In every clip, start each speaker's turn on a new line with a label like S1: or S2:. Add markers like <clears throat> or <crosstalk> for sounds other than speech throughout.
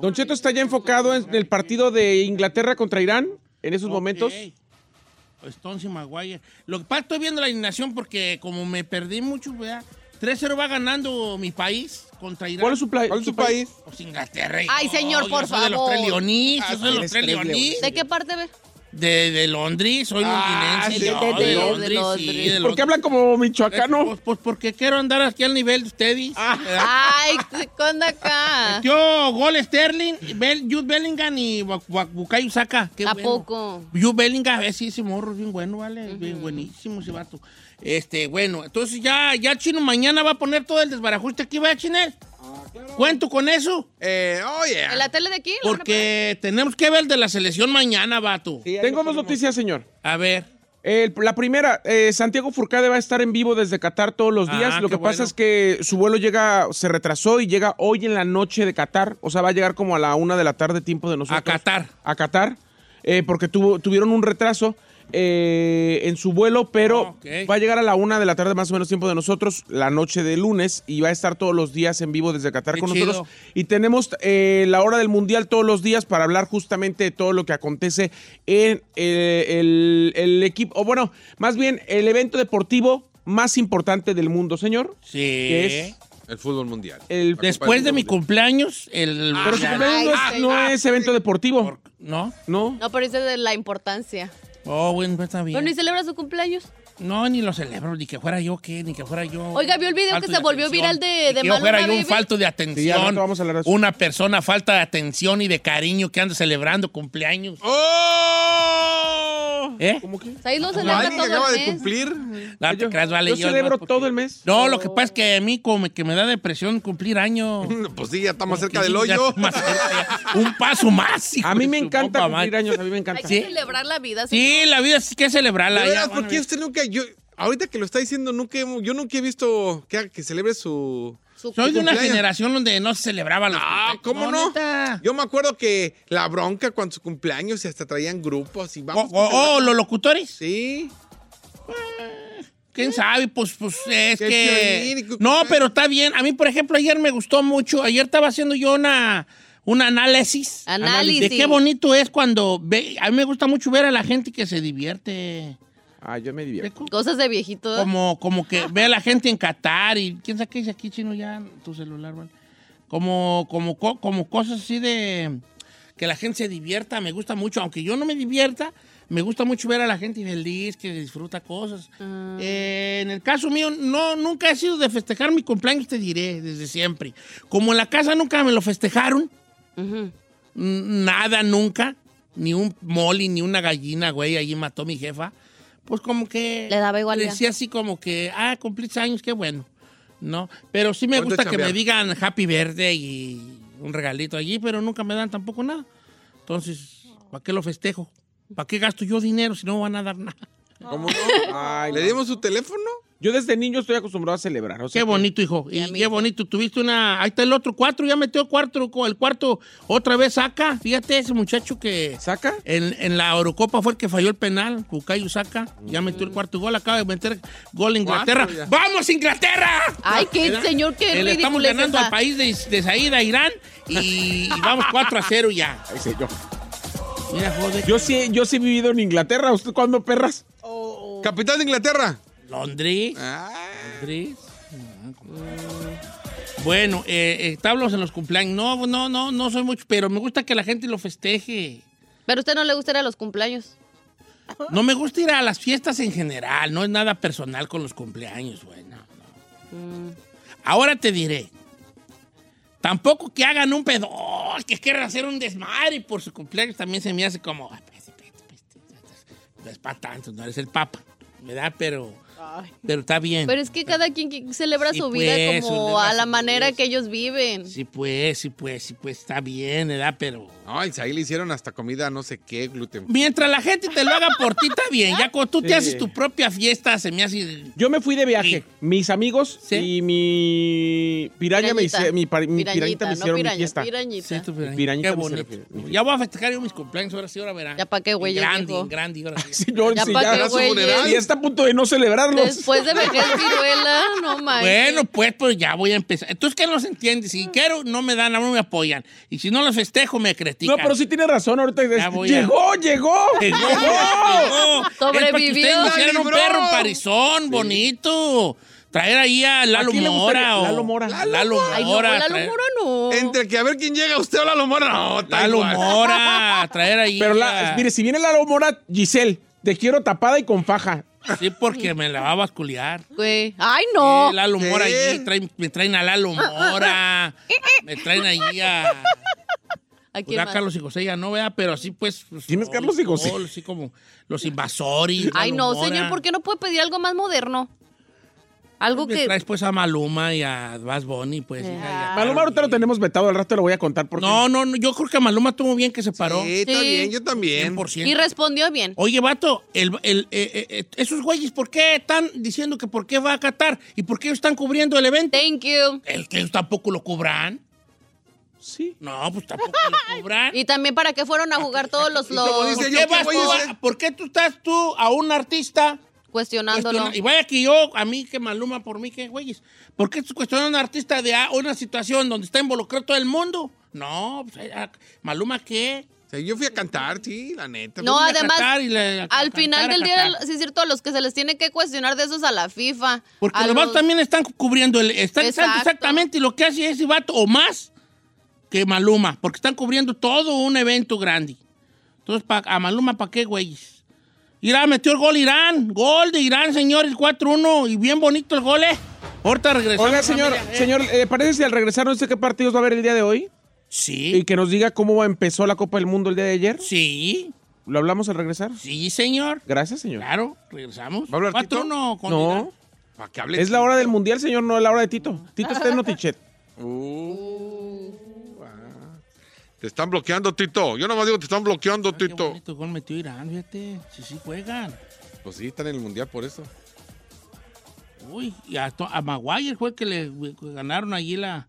S1: Don Cheto está ya enfocado en el partido de Inglaterra contra Irán en esos momentos.
S2: Stones y Maguire. Lo que pasa, estoy viendo la indignación porque como me perdí mucho, ¿verdad? 3-0 va ganando mi país contra Irán.
S1: ¿Cuál es su, pla-
S2: ¿Cuál es
S1: su
S2: su
S1: país?
S2: Pues Inglaterra. hijo.
S3: Ay, señor,
S2: Yo
S3: por
S2: soy de los
S3: favor.
S2: tres leonís, yo
S1: Ah,
S2: soy de los
S1: eres
S2: tres
S1: tres
S2: leonís.
S1: leones.
S3: ¿De qué parte
S2: <laughs>
S3: ve?
S2: De, de Londres, soy
S1: Ah,
S2: londinense.
S1: sí, de- de-
S2: no,
S1: de
S2: de Londres,
S3: Londres.
S2: sí, de
S1: ¿Por qué
S2: Londres.
S1: hablan como michoacano?
S2: Pues, pues porque quiero andar aquí al nivel de ustedes.
S1: Ah.
S2: ¿verdad?
S3: Ay, ¿qué onda acá?
S2: Metió gol Sterling, Bell, Jude Bellingham y Wa- Wa- Bukayo Saka. Qué
S3: ¿A
S2: bueno.
S3: poco?
S2: Jude Bellingham, eh, sí, ese morro es bien bueno, ¿vale? Es bien buenísimo ese vato. Este, bueno, entonces ya, ya Chino mañana va a poner todo el desbarajuste aquí, ¿va, Chinel?
S1: Ah,
S2: ¿Cuento con eso?
S4: Eh,
S1: oh,
S4: oye.
S3: ¿En la tele de aquí? ¿La van a poner?
S2: Porque tenemos que ver el de la selección mañana, vato.
S1: Tengo dos noticias, señor.
S2: A ver.
S1: El- la primera, eh, Santiago Furcade va a estar en vivo desde Qatar todos los días.
S2: Ah,
S1: Lo
S2: qué
S1: que pasa
S2: bueno.
S1: es que su vuelo llega, se retrasó y llega hoy en la noche de Qatar. O sea, va a llegar como a la una de la tarde, tiempo de nosotros.
S2: A Qatar.
S1: A Qatar. eh, porque tuvo, tuvieron un retraso eh, en su vuelo, pero
S2: Ah, ok.
S1: va a llegar a la una de la tarde, más o menos tiempo de nosotros, la noche de lunes, y va a estar todos los días en vivo desde Qatar
S2: Qué
S1: con
S2: chido.
S1: nosotros. Y tenemos eh, la hora del Mundial todos los días para hablar justamente de todo lo que acontece en eh, el, el equipo, o bueno, más bien el evento deportivo más importante del mundo, señor.
S2: Sí.
S1: que es
S4: El fútbol mundial.
S1: el-
S4: La Copa
S2: Después de
S4: del
S2: mi
S4: Mundo.
S2: cumpleaños, el...
S1: Pero su
S2: la-
S1: cumpleaños no es-
S3: Ay,
S1: no
S3: señor.
S1: es evento deportivo,
S2: ¿No?
S1: ¿no?
S3: No, pero dice de la importancia.
S2: Oh, bueno, pues, está bien.
S3: Bueno, ¿y celebra su cumpleaños?
S2: No, ni lo celebro, ni que fuera yo qué, ni que fuera yo.
S3: Oiga, ¿vio el video
S2: falto
S3: que
S2: de
S3: se volvió viral
S2: atención?
S3: de-
S2: Ni
S3: de
S2: que
S3: Maluma
S2: fuera yo un
S3: Baby?
S2: falto de
S1: Sí, al
S2: atención.
S1: rato vamos a hablar de eso.
S2: Una persona falta de atención y de cariño que anda celebrando cumpleaños.
S4: ¡Oh!
S2: ¿Eh?
S1: ¿Cómo que?
S3: Ahí lo
S4: No,
S3: celebra
S4: alguien que
S3: todo
S4: acaba de
S3: el mes.
S4: cumplir. <laughs>
S2: No, Ah, te
S1: Yo,
S2: creas, vale,
S1: yo
S2: yo
S1: celebro
S2: nomás porque-
S1: todo el mes.
S2: No, lo que pasa es que a mí como que me da depresión cumplir
S1: <laughs>
S2: años.
S4: Pues sí, ya está más cerca
S2: Que
S4: del
S2: ya
S4: hoyo.
S2: está más
S4: <laughs>
S2: cerca, ya. un paso más. hijo
S1: A mí
S2: de
S1: me
S2: su
S1: encanta
S2: poca madre.
S1: cumplir años, a mí me
S3: Hay
S1: encanta.
S3: que celebrar la vida. sí.
S2: Sí, la vida sí que celebrarla.
S4: De
S2: ya,
S4: veras,
S2: bueno,
S4: porque usted nunca, yo, ahorita que lo está diciendo, nunca hemos- yo nunca he visto que, que celebre su...
S3: Su-
S2: soy de una
S4: cumpleaños.
S2: generación donde no se celebraban los
S4: Ah,
S2: cumpleaños.
S4: ¿cómo no?
S2: neta.
S4: Yo me acuerdo que la bronca cuando su cumpleaños y hasta traían grupos y
S2: O,
S4: vamos.
S2: o- o Oh, los locutores.
S4: Sí.
S2: ¿Quién sabe? Pues, pues es
S4: Que
S2: que...
S4: Piolín y-
S2: No, pero está bien. A mí, por ejemplo, ayer me gustó mucho. Ayer estaba haciendo yo una, un análisis.
S3: Análisis.
S2: De qué bonito es cuando... ve- A mí me gusta mucho ver a la gente que se divierte.
S1: Ah, yo me divierto.
S3: Cosas de viejito. ¿eh?
S2: Como, como que ve a la gente en Qatar y... ¿Quién sabe qué dice aquí, Chino, ya? Tu celular, ¿vale? Como, como, co- como cosas así de... Que la gente se divierta, me gusta mucho. Aunque yo no me divierta, me gusta mucho ver a la gente feliz, que disfruta cosas.
S3: Ah.
S2: Eh, en el caso mío, no, nunca he sido de festejar mi cumpleaños, te diré, desde siempre. Como en la casa nunca me lo festejaron,
S3: Ujú.
S2: n- nada nunca, ni un molly, ni una gallina, güey, allí mató mi jefa, pues como que...
S3: Le daba igual ya.
S2: Decía así como que, ah, cumpliste años, qué bueno, ¿no? Pero sí me
S4: Ponte a
S2: gusta que me
S4: chambear.
S2: digan happy verde y un regalito allí, pero nunca me dan tampoco nada. Entonces, ¿para qué lo festejo? ¿Para qué gasto yo dinero si no me van a dar nada?
S3: <laughs>
S1: ¿Cómo no? Ay,
S4: ¿Le dimos su teléfono?
S1: Yo desde niño estoy acostumbrado a celebrar. O sea
S2: Qué
S1: que-
S2: bonito, hijo.
S3: Ya
S2: Y
S3: me
S2: qué
S3: hizo.
S2: bonito. Tuviste una. Ahí está el otro cuatro, ya metió cuatro. co- El cuarto otra vez saca. Fíjate ese muchacho que
S1: ¿Saca?
S2: en, en la Eurocopa fue el que falló el penal. Bucayo saca. Ya metió el cuarto gol. Acaba de meter gol a Inglaterra.
S4: Cuatro ya.
S2: ¡Vamos, Inglaterra!
S3: Ay, qué
S2: Era-
S3: señor, qué
S2: Eh, Le estamos
S3: ridículo es
S2: ganando
S3: esa.
S2: al país de, de Saída, Irán. Y, y vamos 4 a 0 ya.
S1: Ay, sí, yo.
S2: Mira, joder.
S1: Yo sí, yo sí he vivido en Inglaterra. ¿Usted cuándo, perras?
S3: Oh.
S4: Capital de Inglaterra.
S2: Londres.
S4: Ah.
S2: Londres. Bueno, eh, establos en los cumpleaños. No, no, no, no soy mucho, pero me gusta que la gente lo festeje.
S3: Pero a usted no le gusta ir a los cumpleaños.
S2: No me gusta ir a las fiestas en general, no es nada personal con los cumpleaños, güey. no, no.
S3: Mm.
S2: Ahora te diré. Tampoco que hagan un pedo, oh, que quieran hacer un desmadre por su cumpleaños también se me hace como, "Ah, pues, pues, pues, pues, no es para tanto, no eres el papa, ¿verdad? Pero, pero está bien.
S3: Pero es que cada quien que- celebra
S2: Sí,
S3: su vida
S2: pues,
S3: como
S2: celebra
S3: a la
S2: su
S3: manera
S2: vida.
S3: que ellos viven.
S2: Sí, pues, sí, pues, sí, pues, está bien, ¿verdad? Pero...
S4: Ay, ahí le hicieron hasta comida, no sé qué, gluten.
S2: Mientras la gente te lo haga por ti, está bien. Ya cuando tú te haces tu propia fiesta, se me hace...
S1: Yo me fui de viaje.
S2: Sí.
S1: Mis amigos
S2: Sí.
S1: y mi piraña me
S3: Pirañita.
S1: hice, mi, par- mi pirañita, me
S3: no
S1: hicieron mi
S3: piraña,
S1: fiesta.
S3: Pirañita.
S2: Sí, tu pirañita.
S1: Pirañita
S2: Qué
S1: me sirve,
S2: bonito.
S1: pirañita.
S2: Ya voy a festejar yo mis cumpleaños, ahora sí, ahora verán.
S3: Ya pa' qué, güey, ya
S2: Grande,
S3: llegó.
S2: grande, ahora sí.
S1: <laughs> <laughs> Sí, yo-
S3: Ya
S1: sí,
S3: pa'
S1: ya-
S3: qué,
S1: ya su
S3: güey,
S1: funeral.
S3: es-
S1: Y está a punto de no celebrarlos.
S3: Después de vejez viruela, no manches.
S2: <laughs> Bueno, pues, pues ya voy a empezar. Entonces, ¿qué los entiendes? Si quiero, no me dan, no me apoyan. Y si no los festejo, me critican.
S1: no, pero
S2: <laughs>
S1: sí tiene razón. Ahorita es-
S2: Ya voy a-
S1: llegó, llegó.
S2: <laughs>
S1: <laughs>
S2: Llegó, llegó. Es porque
S3: Sobrevivió.
S2: ustedes me hicieron un
S4: ¡La libró!
S2: perro en Parizón, bonito. Traer ahí a Lalo
S1: ¿A quién le gustaría?
S2: Mora. o-
S1: Lalo Mora.
S2: Lalo Mora.
S3: Ay, no, la
S2: traer-
S3: locura no.
S4: Entre que a ver quién llega, usted o la Mora. No, está
S2: Lalo
S4: igual.
S2: Mora. Traer ahí.
S1: Pero la,
S2: a-
S1: mire, si viene la Mora, Giselle, te quiero tapada y con faja.
S2: Sí, porque me la va a basculear.
S3: Güey. Ay, no.
S2: Sí, Eh, Lalo
S4: ¿Qué?
S2: Mora allí, traen- me traen a Lalo
S3: Ah, <laughs>
S2: Mora, me traen allí a,
S3: ¿A
S2: pues,
S3: quién
S2: a
S3: más?
S2: Carlos y José, ya no, ¿verdad? Pero así pues... pues,
S1: ¿Quién es
S2: oh,
S1: Carlos y José?
S2: oh, Así como los invasores.
S3: Ay,
S2: Lalo
S3: no,
S2: Mora.
S3: señor, ¿por qué no puede pedir algo más moderno? Algo
S2: Me
S3: que...
S2: traes pues a Maluma y a Bass Bunny, pues. y a-
S1: Maluma, ahorita lo tenemos vetado. Al rato lo voy a contar porque.
S2: No, no, no, yo creo que Maluma estuvo bien que se paró.
S4: Sí, está
S3: Sí.
S4: bien, yo también.
S2: 100%.
S3: Y respondió bien.
S2: Oye, vato, el, el- eh, eh, eh, esos güeyes, ¿por qué están diciendo que por qué va a Qatar? ¿Y por qué están cubriendo el evento?
S3: Thank you.
S2: Es que ellos tampoco lo cubran.
S1: Sí.
S2: No, pues tampoco
S3: <laughs>
S2: lo cubran.
S3: Y también para qué fueron a jugar todos los,
S4: como
S3: los
S4: dice-
S2: ¿Por
S4: yo,
S2: qué,
S4: ¿qué
S2: vas
S4: voy
S2: tú
S4: a
S2: a-
S4: hacer?
S2: por qué tú estás tú a un artista?
S3: cuestionándolo.
S2: cuestiona- Y vaya que yo, a mí, que Maluma, por mí, que güeyes. ¿Por qué tú cuestionas a un artista de a- una situación donde está involucrado todo el mundo? No, pues, a- a- Maluma, ¿qué?
S4: Sí, yo fui a cantar, sí, la neta.
S3: No,
S4: Fui a-
S2: a
S3: además,
S2: Qatar y le- a- a
S3: Al
S2: cantar
S3: final
S2: a
S3: del día,
S2: Qatar.
S3: sí es cierto, a los que se les tiene que cuestionar de esos a la FIFA.
S2: Porque
S3: a
S2: los vatos también están cubriendo el. Están están
S3: Exacto.
S2: exactamente lo que hace ese vato, o más que Maluma, porque están cubriendo todo un evento grande. Entonces, pa- a Maluma, ¿para qué, güeyes? Irán metió el gol Irán. Gol de Irán, señores, 4-1. Y bien bonito el gol, ¿eh? Ahorita regresamos.
S1: Oiga, señor,
S2: familia, ¿eh?
S1: señor, eh, parece si al regresar no sé qué partidos va a haber el día de hoy y
S2: Sí,
S1: que nos diga cómo empezó la Copa del Mundo el día de ayer.
S2: sí,
S1: ¿Lo hablamos al regresar?
S2: sí, señor.
S1: Gracias, señor.
S2: Claro, regresamos.
S4: ¿Va a hablar Tito?
S2: 4-1 con Irán.
S1: No,
S4: Para que hable
S1: es la hora del Mundial, señor, no es la hora de Tito. Tito
S2: <laughs>
S1: está en Notichet.
S4: Te están bloqueando, Tito. Yo nomás digo, te están bloqueando,
S2: Ah, Qué
S4: Tito.
S2: bonito gol metió Irán, fíjate. Sí, sí juegan.
S4: Pues sí, están en el mundial por eso.
S2: Uy, y a, to- a Maguire fue que le que ganaron allí la.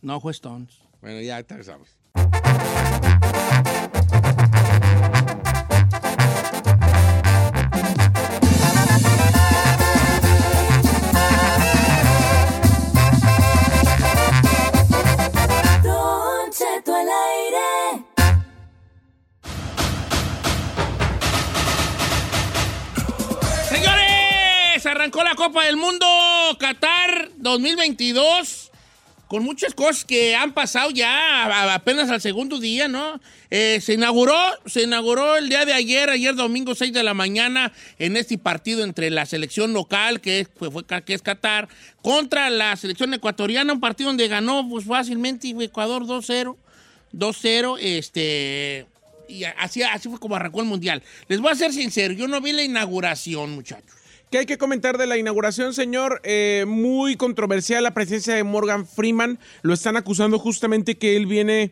S2: No, fue Stones.
S4: Bueno, ya ahorita regresamos.
S2: Señores, arrancó la Copa del Mundo Qatar 2022 con muchas cosas que han pasado ya a- a- apenas al segundo día, ¿no? Eh, se inauguró, se inauguró el día de ayer, ayer domingo 6 de la mañana en este partido entre la selección local que es, pues, fue, que es Qatar contra la selección ecuatoriana, un partido donde ganó pues, fácilmente Ecuador 2-0. 2-0, este. Y así, así fue como arrancó el mundial. Les voy a ser sincero, yo no vi la inauguración, muchachos.
S1: ¿Qué hay que comentar de la inauguración, señor? Eh, muy controversial la presencia de Morgan Freeman. Lo están acusando justamente que él viene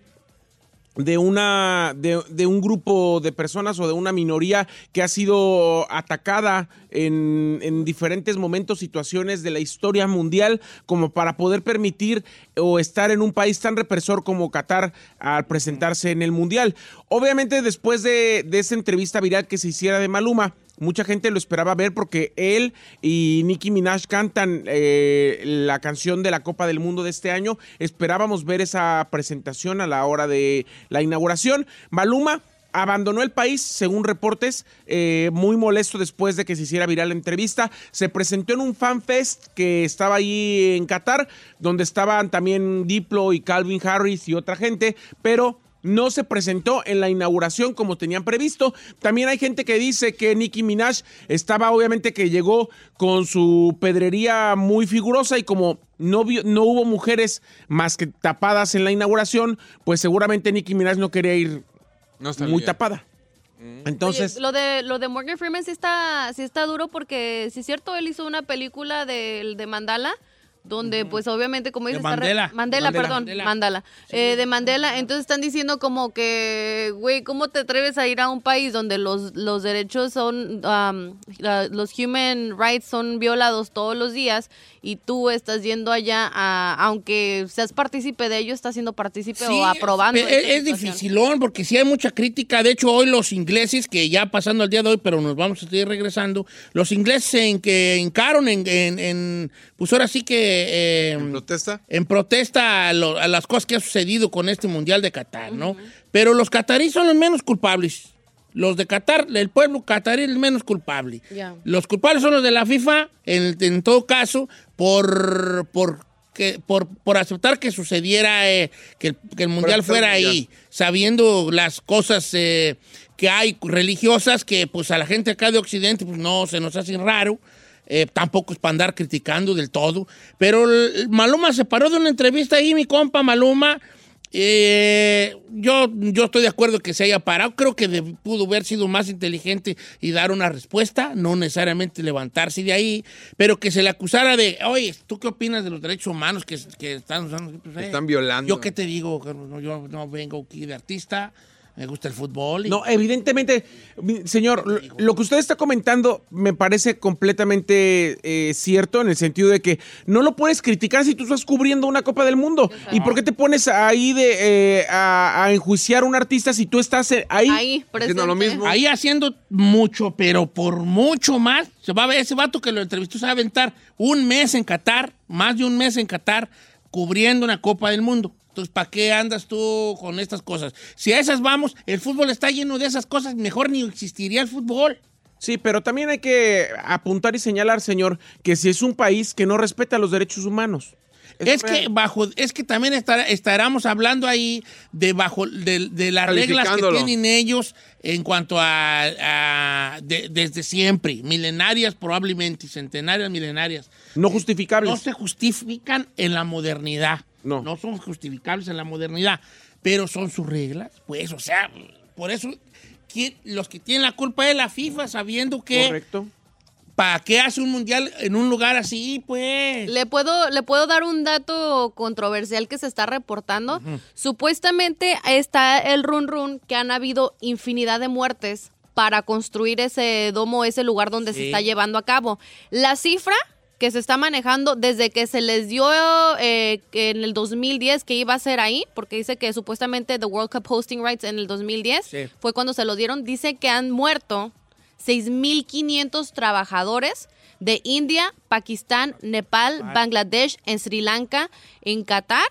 S1: de una de, de un grupo de personas o de una minoría que ha sido atacada en, en diferentes momentos, situaciones de la historia mundial, como para poder permitir eh, o estar en un país tan represor como Qatar al presentarse en el mundial. Obviamente, después de, de esa entrevista viral que se hiciera de Maluma, Mucha gente lo esperaba ver porque él y Nicki Minaj cantan eh, la canción de la Copa del Mundo de este año. Esperábamos ver esa presentación a la hora de la inauguración. Maluma abandonó el país, según reportes, eh, muy molesto después de que se hiciera viral la entrevista. Se presentó en un fanfest que estaba ahí en Qatar, donde estaban también Diplo y Calvin Harris y otra gente, pero no se presentó en la inauguración como tenían previsto. También hay gente que dice que Nicki Minaj estaba, obviamente, que llegó con su pedrería muy figurosa y como no, vio- no hubo mujeres más que tapadas en la inauguración, pues seguramente Nicki Minaj no quería ir
S4: No está
S1: muy
S4: bien. Mm.
S1: tapada. Entonces,
S5: Oye, lo de lo de Morgan Freeman sí está sí está duro porque si es cierto él hizo una película del de Mandala donde pues obviamente como
S2: De
S5: dices está re-
S2: Mandela.
S5: Mandela,
S2: Mandela.
S5: perdón
S2: Mandela.
S5: Mandala, Eh, de Mandela entonces están diciendo como que güey cómo te atreves a ir a un país donde los los derechos son am, la- los human rights son violados todos los días y tú estás yendo allá a, aunque seas partícipe de ello estás siendo partícipe
S2: Sí,
S5: o aprobando
S2: Es,
S5: esta
S2: es
S5: situación.
S2: dificilón porque sí hay mucha crítica. De hecho, hoy los ingleses, que ya pasando al día de hoy, pero nos vamos a seguir regresando, los ingleses en que hincaron en, en- en- pues ahora sí que... eh,
S4: ¿Protesta?
S2: en protesta a, lo- a las cosas que ha sucedido con este Mundial de Qatar, ¿no? Pero los cataríes son los menos culpables. Los de Qatar, el pueblo catarí es el menos culpable.
S5: Ya.
S2: Los culpables son los de la FIFA, en, en todo caso, por, por, que, por, por aceptar que sucediera, eh, que, el- que el Mundial
S4: aceptar el
S2: fuera ahí, sabiendo las cosas eh, que hay religiosas que pues a la gente acá de Occidente pues no se nos hacen raro. Eh, tampoco es para andar criticando del todo. Pero el- Maluma se paró de una entrevista ahí, mi compa Maluma. Eh, yo, yo estoy de acuerdo que se haya parado. Creo que de- pudo haber sido más inteligente y dar una respuesta, no necesariamente levantarse de ahí, pero que se le acusara de, oye, ¿tú qué opinas de los derechos humanos que, que están usando? Pues, eh,
S4: Están violando.
S2: Yo qué te digo, Carlos? No, yo no vengo aquí de artista, me gusta el fútbol. y-
S1: No, evidentemente, mi- señor, lo, lo que usted está comentando me parece completamente eh, cierto en el sentido de que no lo puedes criticar si tú estás cubriendo una Copa del Mundo. ¿Y por qué te pones ahí de eh, a, a enjuiciar a un artista si tú estás eh, ahí?
S5: ahí
S4: Haciendo lo
S5: presente.
S4: mismo.
S1: Pues,
S2: Ahí haciendo mucho, pero por mucho más. Se va a ver, ese vato que lo entrevistó se va a aventar un mes en Qatar, más de un mes en Qatar, cubriendo una Copa del Mundo. Entonces, ¿para qué andas tú con estas cosas? Si a esas vamos, el fútbol está lleno de esas cosas, mejor ni existiría el fútbol.
S1: Sí, pero también hay que apuntar y señalar, señor, que si es un país que no respeta los derechos humanos. Eso
S2: Es que
S1: real.
S2: bajo, es que también estará- estaremos hablando ahí de bajo de, de las reglas que
S4: Calificándolo.
S2: tienen ellos en cuanto a, a- de- desde siempre, milenarias probablemente, centenarias, milenarias.
S1: no justificable.
S2: No se justifican en la modernidad.
S1: No.
S2: No son justificables en la modernidad, pero son sus reglas. Pues, o sea, por eso ¿quién- los que tienen la culpa es la FIFA, sabiendo que
S1: Correcto.
S2: para qué hace un mundial en un lugar así, pues.
S5: Le puedo, le puedo dar un dato controversial que se está reportando. Supuestamente está el run run que han habido infinidad de muertes para construir ese domo, ese lugar donde
S2: Sí.
S5: se está llevando a cabo. La cifra que se está manejando desde que se les dio eh, que en el 2010 que iba a ser ahí, porque dice que supuestamente The World Cup Hosting Rights en el 2010
S2: Sí.
S5: fue cuando se lo dieron, dice que han muerto 6.500 trabajadores de India, Pakistán, Nepal, Bangladesh, en Sri Lanka, en Qatar,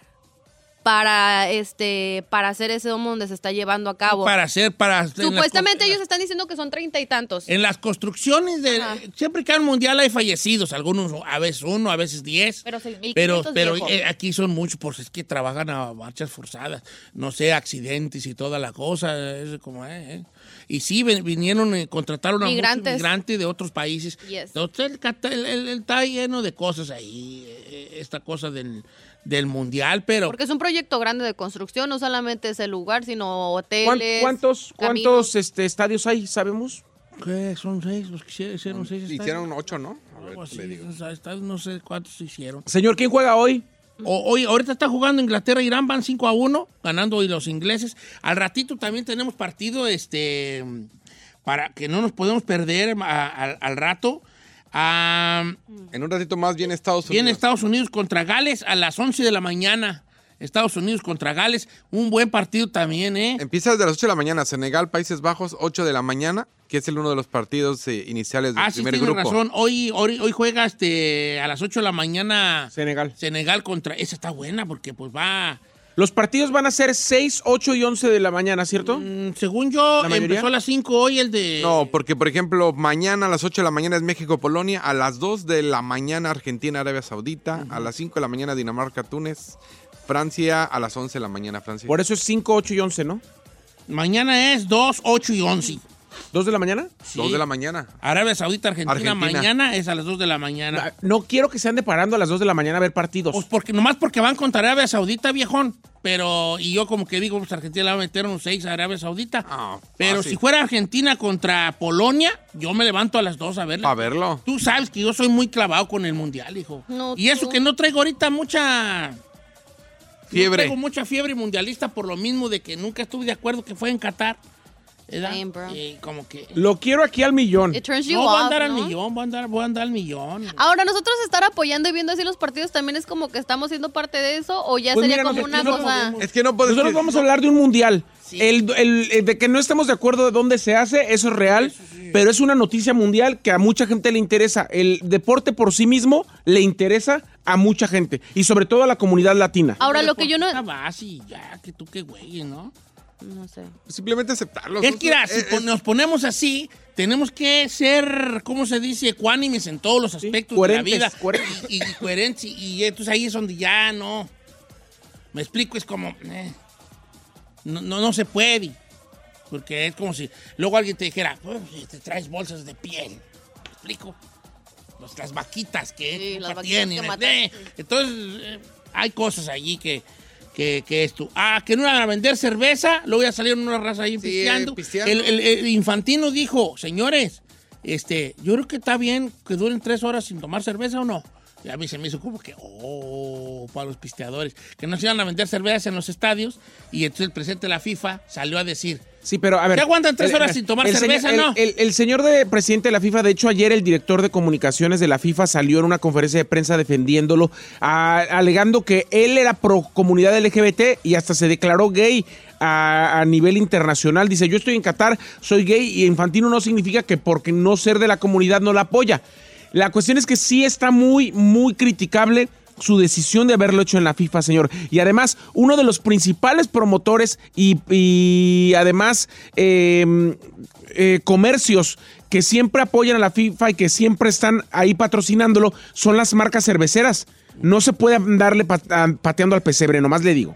S5: para, este, para hacer ese domo donde se está llevando a cabo.
S2: Para hacer, para...
S5: Supuestamente ellos están diciendo que son treinta y tantos.
S2: En las construcciones de.
S5: Ajá.
S2: Siempre que hay un mundial hay fallecidos, algunos a veces uno, a veces diez.
S5: Pero 6.500
S2: Pero, pero
S5: viejo.
S2: eh, aquí son muchos, por es que trabajan a marchas forzadas, no sé, accidentes y toda la cosa, es como, eh, eh. Y sí, ven- vinieron, eh, contrataron a muchos
S5: Migrantes.
S2: migrantes de otros países.
S5: Yes.
S2: Entonces, el Cata- el- el- el- está lleno de cosas ahí, eh, esta cosa del, del mundial, pero...
S5: Porque es un proyecto grande de construcción, no solamente ese lugar, sino
S1: ¿Cuán-
S5: hoteles.
S1: ¿Cuántos,
S5: caminos.
S1: cuántos este, estadios hay? ¿Sabemos?
S2: ¿Qué? Son seis, los que hicieron, hicieron seis. estadios.
S4: Hicieron ocho, ¿no? A ver,
S2: Algo así,
S4: le digo.
S2: esos estadios, no sé cuántos hicieron.
S1: Señor, ¿quién juega hoy?
S2: O- hoy, ahorita está jugando Inglaterra e Irán, van 5 a 1, ganando y los ingleses. Al ratito también tenemos partido, este, para que no nos podemos perder a- al- al rato. Ah,
S4: En un ratito más viene Estados Unidos.
S2: Viene Estados Unidos contra Gales a las 11 de la mañana. Estados Unidos contra Gales, un buen partido también, ¿eh?
S4: Empieza desde las 8 de la mañana. Senegal, Países Bajos, 8 de la mañana, que es el uno de los partidos eh, iniciales del
S2: Ah, sí,
S4: primer
S2: tienes
S4: grupo.
S2: razón. Hoy, hoy, hoy juega este, a las 8 de la mañana
S1: Senegal.
S2: Senegal contra... Esa está buena porque pues va...
S1: Los partidos van a ser 6, 8 y 11 de la mañana, ¿cierto?
S2: Mm, Según yo,
S1: ¿La mayoría?
S2: empezó a las 5 hoy el de...
S4: No, porque por ejemplo, mañana a las 8 de la mañana es México-Polonia, a las 2 de la mañana Argentina-Arabia Saudita, a las 5 de la mañana Dinamarca-Túnez, Francia a las 11 de la mañana Francia.
S1: Por eso es 5, 8 y 11, ¿no?
S2: Mañana es 2, 8 y 11.
S1: ¿2 de la mañana?
S4: 2
S2: Sí.
S4: de la mañana.
S2: Arabia Saudita, Argentina,
S4: Argentina.
S2: mañana es a las 2 de la mañana.
S1: Ah, No quiero que se ande parando a las 2 de la mañana a ver partidos.
S2: Pues porque, nomás porque van contra Arabia Saudita, viejón. Pero, y yo como que digo, pues Argentina le va a meter un 6 a Arabia Saudita.
S4: Ah,
S2: pero
S4: fácil.
S2: si fuera Argentina contra Polonia, yo me levanto a las 2 a verla.
S4: A verlo.
S2: Tú sabes que yo soy muy clavado con el mundial, hijo.
S3: No,
S2: y eso
S3: tú.
S2: que no traigo ahorita mucha.
S4: Fiebre.
S2: No traigo mucha fiebre mundialista por lo mismo de que nunca estuve de acuerdo que fue en Qatar. ¿verdad?
S3: Damn, bro.
S2: Eh, como que.
S1: Lo quiero aquí al millón.
S3: It turns you
S2: No, voy a
S3: off,
S2: andar al
S3: ¿no?
S2: millón, voy a andar, voy a andar al millón.
S3: Ahora, nosotros estar apoyando y viendo así los partidos también es como que estamos siendo parte de eso o ya
S1: Pues
S3: sería
S1: mira,
S3: como
S1: nosotros
S3: una
S1: no
S3: cosa.
S1: podemos.
S4: Es que no podemos...
S1: Nosotros Pues vamos a hablar de un mundial.
S2: Sí.
S1: El, el- el de que no estamos de acuerdo de dónde se hace, eso es real, pero es una noticia mundial que a mucha gente le interesa. El deporte por sí mismo le interesa a mucha gente y sobre todo a la comunidad latina.
S2: Ah.
S3: Ahora, lo que yo no.
S2: Una base y ya, que tú qué güey, ¿no?
S3: No sé.
S4: Simplemente aceptarlo.
S2: Es
S4: ¿no?
S2: que mira,
S4: Pues Es-
S2: si pon- nos ponemos así, tenemos que ser, ¿cómo se dice? Ecuánimes en todos los aspectos de la
S1: coherentes,
S2: vida.
S1: coherentes.
S2: Y, y coherentes. Y entonces ahí es donde ya no. Me explico, es como. eh, no, no, no se puede. Porque es como si luego alguien te dijera, "Uy, te traes bolsas de piel. ¿Me explico? Los- las vaquitas que
S3: Sí,
S2: nunca
S3: las vaquitas
S2: tienen.
S3: que
S2: eh,
S3: mataste.
S2: Entonces, eh, hay cosas allí que, que, que esto. Ah, que no iban a vender cerveza, luego ya salieron una raza ahí
S4: Sí,
S2: pisteando.
S4: eh, pisteando.
S2: El, el- el infantino dijo, señores, este, yo creo que está bien que duren tres horas sin tomar cerveza o no. Y a mí se me hizo como que, oh, para los pisteadores, que no se iban a vender cerveza en los estadios. Y entonces el presidente de la FIFA salió a decir,
S1: Sí, pero a ver.
S2: ¿Qué aguantan tres
S1: el-
S2: horas sin tomar
S1: el señor-
S2: cerveza,
S1: el-
S2: no?
S1: El, el señor de presidente de la FIFA, de hecho, ayer el director de comunicaciones de la FIFA salió en una conferencia de prensa defendiéndolo, a- alegando que él era pro comunidad LGBT y hasta se declaró gay. A, a nivel internacional, dice yo estoy en Qatar, soy gay y infantino no significa que porque no ser de la comunidad no la apoya. La cuestión es que sí está muy, muy criticable su decisión de haberlo hecho en la FIFA, señor. Y además, uno de los principales promotores y, y además eh, eh, comercios que siempre apoyan a la FIFA y que siempre están ahí patrocinándolo son las marcas cerveceras. No se puede andarle pat- a- pateando al pesebre, nomás le digo.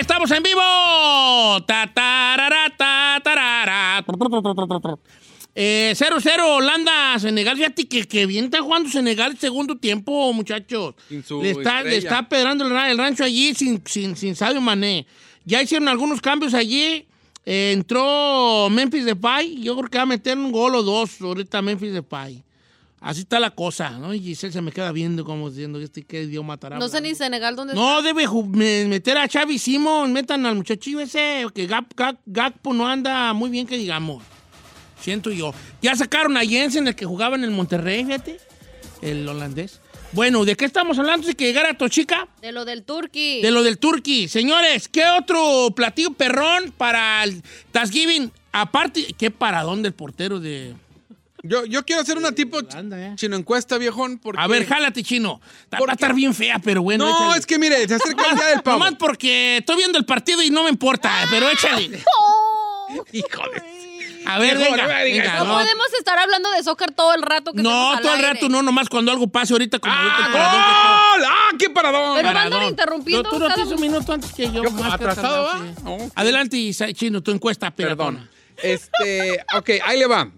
S2: estamos en vivo. Ta, tarara, ta, tarara. Eh, 0-0 Holanda, Senegal. Fíjate que, que bien está jugando Senegal el segundo tiempo, muchachos.
S4: Sin su
S2: Le está, le
S4: estrella.
S2: está pedrando el, ra- el rancho allí sin, sin, sin Sadio Mané. Ya hicieron algunos cambios allí. Eh, entró Memphis Depay. Yo creo que va a meter un gol o dos ahorita Memphis Depay. Así está la cosa, ¿no? Y Giselle se me queda viendo como diciendo, ¿este qué idioma matará?
S3: No sé ni Senegal dónde
S2: No, debe ju- me- meter a Xavi Simón, metan al muchachillo ese, que Gap- Gap- Gakpo no anda muy bien que digamos. Siento yo. Ya sacaron a Jensen, el que jugaba en el Monterrey, fíjate, el holandés. Bueno, ¿de qué estamos hablando? Si que llegara Tochica,
S3: De lo del Turqui.
S2: de lo del Turqui. Señores, ¿qué otro platillo perrón para el Thanksgiving? Aparte, qué paradón del portero de...
S4: Yo, yo quiero hacer una tipo ch-
S2: Holanda, ¿eh?
S4: chino encuesta, viejón. Porque...
S2: A ver, jálate, chino. Va a estar bien fea, pero bueno.
S4: No,
S2: échale.
S4: es que mire, se acerca el día del pavo.
S2: Nomás porque estoy viendo el partido y no me importa, pero
S4: Ah.
S2: échale. Eh,
S4: Híjole.
S2: A ver,
S4: Mejor,
S2: venga,
S4: venga,
S2: venga,
S3: No
S2: no,
S3: podemos estar hablando de soccer todo el rato que
S2: No,
S3: estamos al
S2: todo el
S3: aire.
S2: rato no, nomás cuando algo pase ahorita como ahorita
S4: Ah,
S2: el paradón que está-
S4: ¡Gol! ¡Ah, qué paradón!
S3: Pero me andan
S2: paradón.
S3: interrumpiendo
S2: No, Tú no
S3: cada-
S2: tienes un minuto antes que yo.
S4: Yo
S2: más que
S4: atrasado,
S2: tardar,
S4: ¿va?
S2: sí.
S4: Ok.
S2: Adelante, Isa- Chino, tu encuesta,
S4: Perdón.
S2: perdón.
S4: Este, ok, ahí le va.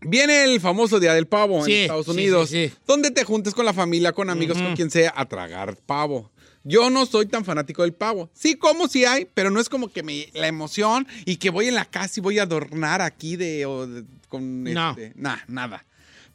S4: Viene el famoso Día del Pavo
S2: Sí,
S4: en Estados
S2: sí,
S4: Unidos,
S2: sí, sí.
S4: donde te juntas con la familia, con amigos, con quien sea, a tragar pavo. Yo no soy tan fanático del pavo. Sí, como sí hay, pero no es como que me, la emoción y que voy en la casa y voy a adornar aquí de, o de- con
S2: No.
S4: este, nah, nada.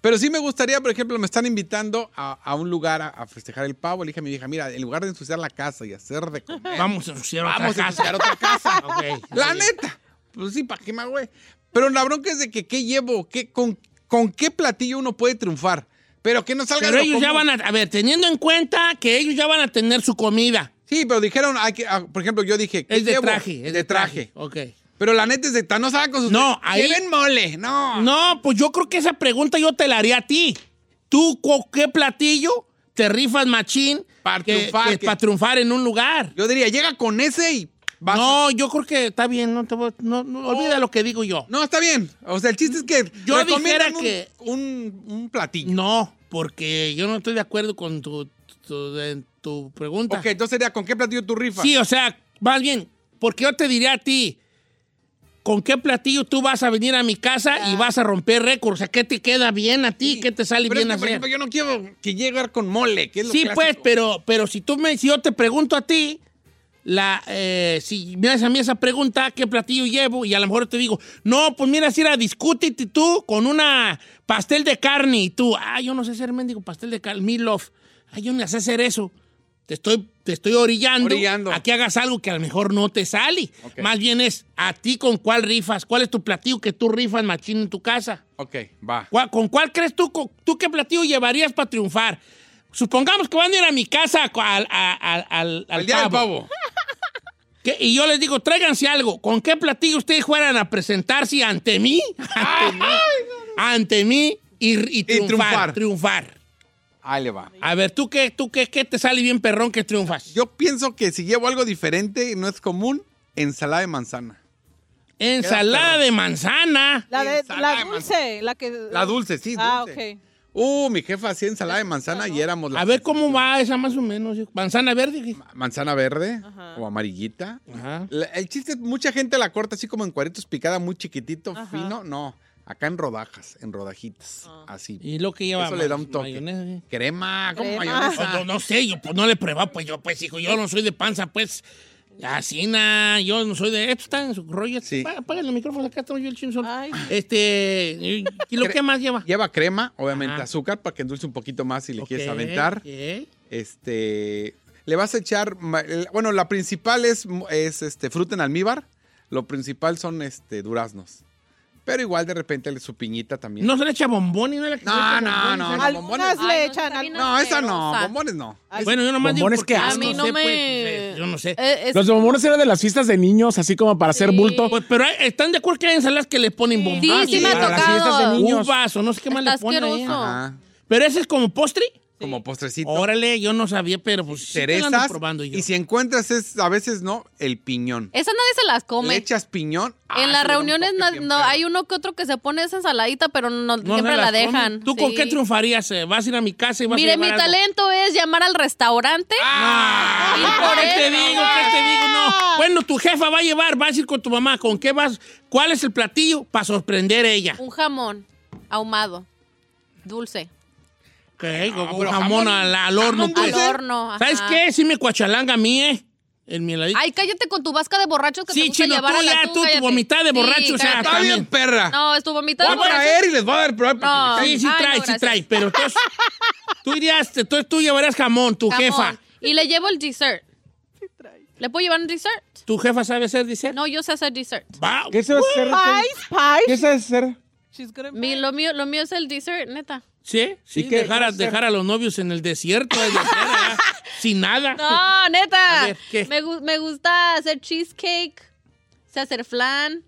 S4: Pero sí me gustaría, por ejemplo, me están invitando a, a un lugar a, a festejar el pavo. Le dije a mi vieja, mira, en lugar de ensuciar la casa y hacer de comer,
S2: Vamos a ensuciar otra
S4: vamos a
S2: casa.
S4: ensuciar otra casa.
S2: <laughs> Ok,
S4: La
S2: está bien.
S4: neta. Pues sí, ¿para qué me güey? Pero la bronca es de que qué llevo, ¿Qué, con, con qué platillo uno puede triunfar. Pero que no salga
S2: Pero
S4: de lo
S2: ellos ya
S4: común.
S2: van a... A ver, teniendo en cuenta que ellos ya van a tener su comida.
S4: Sí, pero dijeron, hay que, ah, por ejemplo, yo dije, ¿qué
S2: Es de
S4: llevo?
S2: traje. Es
S4: de traje.
S2: Ok.
S4: Pero la neta es de ta- no salga con sus.
S2: No, ahí-
S4: Lleven mole, no.
S2: No, pues yo creo que esa pregunta yo te la haría a ti. ¿Tú con qué platillo te rifas machín
S4: Para triunfar, que-
S2: para triunfar en un lugar?
S4: Yo diría, llega con ese y vas.
S2: No, yo creo que está bien, no te voy- no, no, olvida lo que digo yo.
S4: No, está bien. O sea, el chiste es que.
S2: Yo
S4: recomiendan
S2: dijera
S4: un-
S2: que-
S4: Un, un platillo.
S2: No, porque yo no estoy de acuerdo con tu, tu- de- tu pregunta.
S4: Ok, entonces sería, ¿con qué platillo tu rifa?
S2: Sí, o sea, más bien, porque yo te diría a ti, ¿con qué platillo tú vas a venir a mi casa
S4: Ah.
S2: y vas a romper récord? O sea, ¿qué te queda bien a ti? ¿Qué te sale
S4: Pero es
S2: bien
S4: que,
S2: hacer?
S4: por ejemplo, yo no quiero que llegue con mole, que es lo
S2: Sí, pues,
S4: clásico.
S2: pero, pero si tú me, si yo te pregunto a ti, la, eh, si me haces a mí esa pregunta, ¿qué platillo llevo? Y a lo mejor te digo, no, pues mira, si era discútete tú con una pastel de carne y tú, ah, yo no sé hacer mendigo pastel de carne, meat loaf. Ay, yo no sé hacer eso. Te estoy, te estoy orillando,
S4: Orillando.
S2: a que hagas algo que a lo mejor no te sale.
S4: Ok.
S2: Más bien es a ti con cuál rifas, cuál es tu platillo que tú rifas machín en tu casa.
S4: Ok, va.
S2: ¿Cuál- ¿Con cuál crees tú, co- tú qué platillo llevarías para triunfar? Supongamos que van a ir a mi casa a- al, a- al- al- al
S4: El día del
S2: pavo.
S4: pavo.
S2: ¿Qué? Y yo les digo, tráiganse algo. ¿Con qué platillo ustedes fueran a presentarse ante mí? <laughs> Ante mí. Ante mí y, y triunfar,
S4: triunfar.
S2: triunfar.
S4: Ahí le va.
S2: A ver, ¿tú qué, tú qué, qué te sale bien perrón que triunfas?
S4: Yo pienso que si llevo algo diferente y no es común, ensalada de manzana.
S2: Ensalada de manzana.
S6: La, de,
S4: Ensalada
S6: la
S4: de
S6: dulce, la que...
S4: La dulce, sí, dulce.
S6: Ah, ok.
S4: Uh, mi jefa hacía ensalada de manzana y éramos la
S2: A ver cómo va esa más o menos. hijo. Manzana verde. ¿qué?
S4: manzana verde
S6: Ajá.
S4: o amarillita.
S2: Ajá.
S4: La- el chiste, es, mucha gente la corta así como en cuadritos picada, muy chiquitito, fino. No, acá en rodajas, en rodajitas,
S6: Ah.
S4: así.
S2: Y lo que lleva
S4: Eso le da un toque.
S2: mayonesa, ¿eh? ¿qué?
S4: Crema, como
S6: Crema.
S2: <laughs> Pues,
S4: mayonesa.
S2: No, no sé, yo pues no le he probado, pues yo, pues hijo, yo no soy de panza, pues. Así na, yo no soy de. Esto está en su rollo.
S4: Sí.
S2: Pa- Apágale el micrófono, acá estamos yo el chinzón.
S6: Ay.
S2: Este. ¿Y y lo
S4: Cre-
S2: que más lleva?
S4: Lleva crema, obviamente
S2: Ajá.
S4: azúcar para que endulce un poquito más si le quieres
S2: Ok,
S4: aventar.
S2: ok.
S4: Este, le vas a echar, ma- el- bueno, la principal es, es, este, fruta en almíbar, lo principal son este, duraznos. Pero igual de repente le- su piñita también.
S2: No se le echa bombón y no le echa
S4: No,
S2: bombón,
S4: no, no,
S2: ¿sabes?
S4: no. bombones.
S6: Algunas
S3: Ay,
S6: le
S3: no,
S6: echan...
S3: está bien
S6: al-
S4: No, esa no,
S3: asquerosa.
S4: bombones no.
S2: Bueno, yo nomás
S7: Bombones,
S2: digo.
S7: qué
S2: porque
S7: asco.
S2: yo
S3: A mí no
S2: sé,
S3: me-
S2: pues, eh, yo no sé.
S3: Eh, es-
S7: Los bombones eran de las fiestas de niños, así como para hacer
S3: Sí.
S7: bulto.
S2: Pues, pero hay- están de acuerdo que hay ensaladas que le ponen bombón.
S3: Sí, sí
S7: sí,
S3: me
S4: Ah,
S3: ha
S7: para las fiestas de
S3: tocado.
S7: niños.
S2: Uvas o no sé qué más
S3: Está
S2: le ponen. ahí.
S3: asqueroso.
S4: Ajá.
S2: Pero ese es como postre.
S4: Como postrecito.
S2: Órale, yo no sabía, pero pues sí que lo ando
S4: cerezas.
S2: probando yo.
S4: Y si encuentras, es, a veces no, el piñón.
S3: Esas nadie se las
S4: Le
S3: come.
S4: echas piñón. ah,
S3: En las
S4: eso le da un
S3: reuniones
S4: toque
S3: na-
S4: bien
S3: no,
S4: perro.
S3: hay uno que otro que se pone esa ensaladita, pero no,
S2: No,
S3: siempre
S2: no
S3: la
S2: las comen.
S3: dejan.
S2: ¿Tú con
S3: Sí.
S2: qué triunfarías? eh? ¿Vas a ir a mi casa y vas a
S3: Mire, mi
S2: llevar algo? Ah.
S3: talento es llamar al restaurante.
S2: Ay,
S3: Y por
S2: ¿Qué te
S3: eso.
S2: digo? ¿Qué te digo? No. Bueno, tu jefa va a llevar, vas a ir con tu mamá. ¿Con qué vas? ¿Cuál es el platillo para sorprender a ella?
S3: Un jamón ahumado, dulce.
S2: ¿Qué? Con
S4: pero
S2: jamón,
S4: jamón-
S2: al, al horno.
S4: jamón
S2: pues.
S3: Al horno. ajá.
S2: ¿Sabes qué? Sí me cuachalanga a mí, ¿eh? en mi heladito.
S5: Ay, cállate con tu vasca de borrachos que te
S2: sí,
S5: gusta
S2: chino, tú
S5: llevar a la
S2: ya, tú, tu
S5: cállate.
S2: vomitada de
S5: Sí,
S2: borracho. o sea,
S5: cállate.
S4: Está bien,
S2: también.
S4: perra.
S5: No, es tu vomitada
S4: voy
S5: de
S4: a
S5: borracho.
S4: traer y les voy a dar prueba.
S5: No.
S2: Sí, sí
S5: Ay,
S2: trae,
S5: no,
S2: sí
S5: gracias.
S2: trae.
S3: <laughs>
S2: Pero entonces, tú dirías, entonces tú llevarías jamón, tu
S5: Jamón.
S2: jefa.
S5: Y le llevo el dessert. ¿Le puedo llevar un dessert?
S2: ¿Tu jefa sabe hacer dice?
S5: No, yo sé hacer dessert.
S2: Va.
S1: ¿Qué sabes hacer? Raquel?
S8: Pies, pies.
S1: ¿Qué sabes hacer?
S5: Mi- lo, mío, lo mío es el
S2: <laughs>
S5: dessert, neta.
S2: Sí, sí,
S1: qué?
S2: dejar, a, dejar a los novios en el desierto, ahí
S3: <laughs>
S2: de fuera, sin nada.
S5: No, neta.
S2: A ver, ¿qué?
S5: Me, gu- me gusta hacer cheesecake. Sé
S2: <laughs>
S5: hacer flan.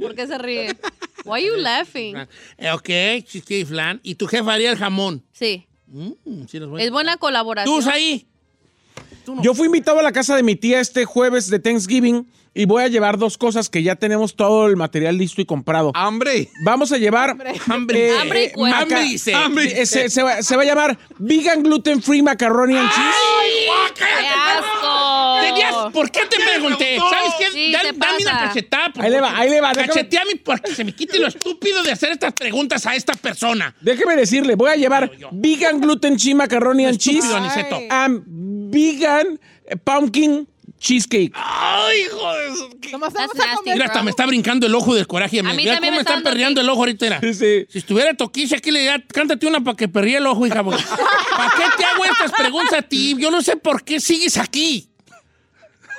S5: ¿Por qué se ríe? Why are you laughing?
S2: Eh, ok, chiste y flan. Y tu jefa haría el jamón.
S5: Sí,
S2: Mm, sí, los voy a-
S5: es buena
S2: Tú,
S5: colaboración.
S2: ahí.
S1: Yo fui invitado a la casa de mi tía este jueves de Thanksgiving y voy a llevar dos cosas que ya tenemos todo el material listo y comprado.
S4: Hambre.
S1: Vamos a llevar.
S2: Ah.
S1: eh,
S2: Hambre.
S5: Hambre y cuerpo.
S1: maca-
S2: Hambre y sed. Ah.
S1: Hambre y- se, se va, se va a llamar Vegan Gluten Free Macaroni and Cheese.
S2: ¡Ay,
S5: ¡Qué
S2: guácala!
S5: asco!
S2: Tenías- ¿Por qué te pregunté? ¿Sabes qué?
S5: Sí,
S2: Da-
S5: te
S2: dame una
S5: pasa.
S2: cachetada. por
S1: Ahí le va,
S2: favor.
S1: ahí le va, déjame-
S2: Cacheteame para que se me quite lo estúpido de hacer estas preguntas a esta persona.
S1: Déjeme decirle, voy a llevar Vegan Gluten Free Macaroni and Cheese.
S2: Estúpido, Aniceto.
S1: and Vegan Pumpkin Cheesecake.
S2: ¡Ay, hijo de su-
S8: Nomás
S5: That's
S8: vamos a
S5: nasty,
S8: comer.
S2: Mira, hasta me está brincando el ojo del coraje.
S5: mí
S2: Mira
S5: también
S2: cómo
S5: me está
S2: están
S5: dando
S2: perreando el ojo ahorita. era.
S1: Sí, sí.
S2: Si estuviera Toquiche aquí, le diría, cántate una para que perría el ojo, hija. porque- ¿Para qué te hago estas preguntas a ti? Yo no sé por qué sigues aquí.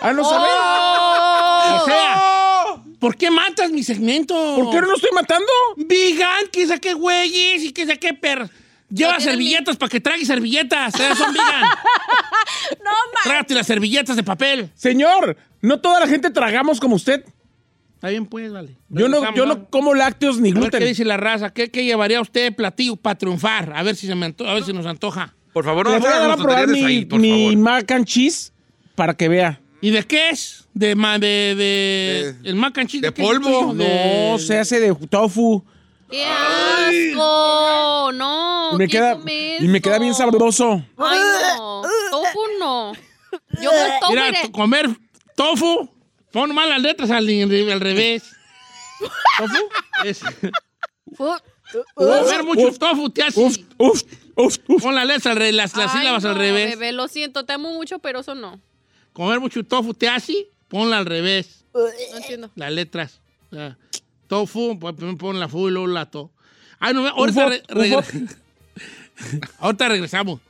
S1: Ah, no sabe.
S2: Oh. O sea, ¿por qué matas mi segmento?
S1: ¿Por qué no lo estoy matando?
S2: Vegan, que saqué güeyes y que saqué per... Lleva
S5: tienen
S2: servilletas para que trague servilletas. Esas
S1: <laughs>
S2: son vegan.
S5: No, ma.
S2: Trágate las servilletas de papel.
S1: Señor, no toda la gente tragamos como usted.
S2: Está bien, pues, vale.
S1: Yo no, yo no como lácteos ni
S2: A ver qué
S1: gluten.
S2: dice la raza. ¿Qué, qué llevaría usted platillo para triunfar? A ver si, se me anto- a ver si nos antoja.
S4: Por favor, no
S1: Le
S4: me
S1: voy a dar a probar mi,
S4: ahí, por
S1: mi
S4: favor.
S1: mac and cheese para que vea.
S2: ¿Y de qué es? ¿De, ma- de, de-
S4: De-
S2: el mac and cheese,
S4: de
S2: qué es
S4: polvo.
S2: tuyo? De-
S1: No, se hace de tofu.
S5: ¡Qué asco! No,
S1: Y me,
S5: ¿quién
S1: queda,
S5: come
S1: y me
S5: esto?
S1: queda bien sabroso.
S5: Ay, no. Tofu no. Yo con tofu
S2: Mira,
S5: iré.
S2: to- comer tofu. Pon mal las letras al, al
S5: <laughs>
S2: revés. ¿Tofu? Es-
S5: Fu-
S2: comer mucho tofu te hace...
S1: Uf, uf, uf, uf.
S2: Pon las letras al revés, las, las
S5: Ay,
S2: sílabas al
S5: no,
S2: revés.
S5: Bebé, lo siento, te amo mucho, pero eso no.
S2: Comer mucho tofu te hace, ponla al revés.
S5: No entiendo.
S2: Las letras. O sea, tofu, pon- pon pon la fu y luego la to. Ay, no, ahorita,
S1: Ufop,
S2: re- regre-
S1: ufop.
S2: ahorita regresamos.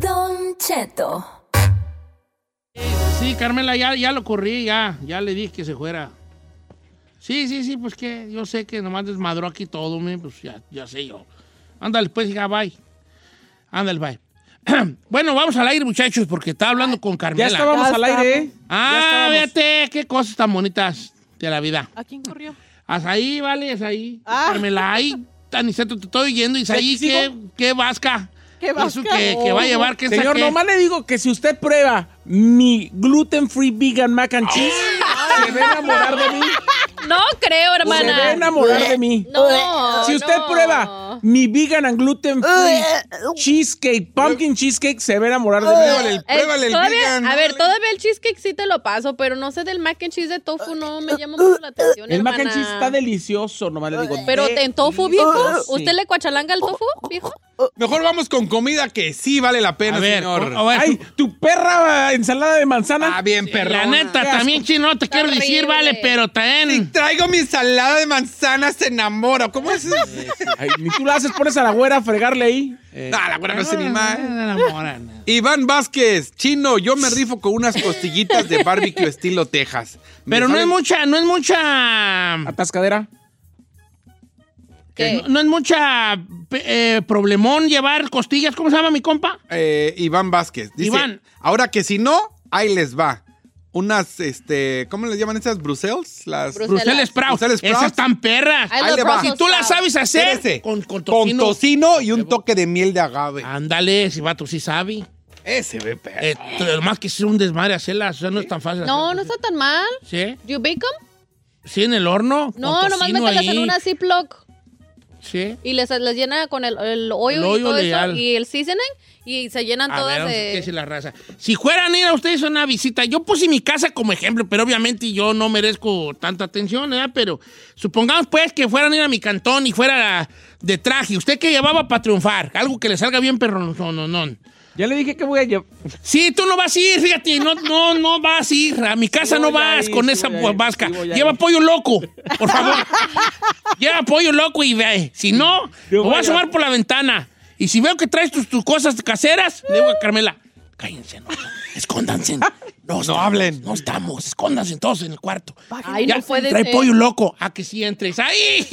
S9: Don Cheto.
S2: Sí, Carmela, ya, ya lo corrí, ya, ya le dije que se fuera. Sí, sí, sí, pues que yo sé que nomás desmadró aquí todo, me, pues ya, ya sé yo. Ándale, pues, hija, bye. Ándale, bye. <clears throat> bueno, vamos al aire, muchachos, porque estaba hablando con
S1: Ya
S2: Carmela.
S1: estábamos
S8: Ya
S1: al aire, ¿eh?
S2: Ah,
S1: Ya estábamos.
S2: fíjate, qué cosas tan bonitas de la vida.
S8: ¿A quién corrió?
S2: Azaí, vale, Azaí.
S8: Ah.
S2: Carmela, ahí, Aniceto, te estoy oyendo, Isaí,
S1: ¿Te
S2: qué,
S1: sigo? Oh.
S2: qué vasca.
S8: ¿Qué vasca?
S2: Eso que, que va a llevar, que
S1: Señor,
S2: saqué.
S1: nomás le digo que si usted prueba mi gluten free vegan mac and cheese, se va a enamorar de mí.
S5: No creo,
S1: Se va a
S5: hermana.
S1: enamorar de mí.
S5: No.
S1: Si usted
S5: no.
S1: prueba mi vegan and gluten free cheesecake, pumpkin cheesecake, se va a enamorar de mí.
S4: Pruébale el,
S5: Eh,
S4: pruébale el
S5: todavía-
S4: vegan.
S5: A ver, todavía el cheesecake sí te lo paso, pero no sé del mac and cheese de tofu, no me llama mucho la atención.
S1: El mac and
S5: hermana.
S1: cheese está delicioso, nomás le digo.
S5: Pero
S1: de-
S5: en tofu, viejo.
S1: Sí.
S5: ¿Usted le cuachalanga el tofu, viejo?
S4: Mejor vamos con comida que sí vale la pena,
S2: A ver,
S4: señor.
S2: a ver,
S5: <laughs>
S1: Ay, tu perra ensalada de manzana.
S4: Ah, bien, perro.
S2: La neta,
S1: Qué asco.
S2: también, chino, te quiero decir,
S5: horrible.
S2: vale, pero
S4: Si
S2: también.
S4: traigo mi ensalada de manzana, se enamora. ¿Cómo es eso?
S1: Ay, ni tú la haces, pones a la güera a fregarle ahí. eh,
S4: Ah, la buena no se anima.
S2: Ah, la
S5: <laughs>
S2: morana.
S4: Iván Vázquez, chino, yo me rifo con unas costillitas de barbecue estilo Texas. Me
S2: Pero no es
S4: saben-
S2: mucha, no es mucha.
S1: Atascadera.
S5: ¿Qué?
S2: No, no es mucha pe- eh, problemón llevar costillas. ¿Cómo se llama mi compa?
S4: Eh, Iván Vázquez. Dice,
S2: Iván.
S4: Ahora que si no, ahí les va. Unas, este, ¿cómo les llaman esas? ¿Bruselas? Las
S5: Bruselas.
S2: Bruselas Sprout.
S4: Bruselas Sprout.
S2: Esas tan perras.
S5: I
S4: Ahí
S5: love
S4: le va.
S5: Brussels
S2: Si tú las
S5: sprouts.
S2: sabes hacer,
S4: Espérese.
S2: con, con
S4: Con
S2: tocino.
S4: tocino y un toque de miel de agave.
S2: Ándale, si vato sí sabe.
S4: Ese ve perro.
S2: Eh, lo más que es un desmadre hacerlas, o sea, no es tan fácil.
S5: No, no
S2: hacerlas.
S5: está tan mal.
S2: ¿Sí?
S5: ¿You bake 'em?
S2: ¿Sí en el horno?
S5: No,
S2: con
S5: nomás
S2: tocino
S5: mételas en
S2: ahí.
S5: una Ziploc.
S2: Sí.
S5: Y les, les llena con el, el hoyo
S2: El
S5: y
S2: hoyo
S5: todo
S2: leal.
S5: eso, y el seasoning, y se llenan
S2: A ver,
S5: todas
S2: vamos a ver
S5: de...
S2: qué dice la raza. Si fueran a ir a ustedes a una visita, yo puse mi casa como ejemplo, pero obviamente yo no merezco tanta atención, ¿verdad? Pero supongamos pues que fueran a ir a mi cantón y fuera de traje. ¿Usted qué llevaba para triunfar? Algo que le salga bien, pero no, no, no.
S6: Ya le dije que voy a llevar.
S2: Sí, tú no vas a ir, fíjate, no, no, no vas a ir. A mi casa
S6: Sí
S2: no
S6: voy a
S2: vas
S6: ir,
S2: con
S6: sí
S2: esa
S6: voy a ir,
S2: vasca.
S6: sí voy a
S2: Lleva
S6: ir.
S2: pollo loco, por
S6: <laughs>
S2: favor. Lleva pollo loco y ve. Si no,
S6: Yo
S2: lo voy
S6: voy
S2: a
S6: a-
S2: asomar por la ventana. Y si veo que traes tus, tus cosas caseras, le digo a Carmela, cállense, no, escóndanse. No, no hablen. No estamos, escóndanse todos en el cuarto.
S5: Ay, no puede
S2: Trae
S5: ser.
S2: pollo loco, a que sí entres. ¡Ay!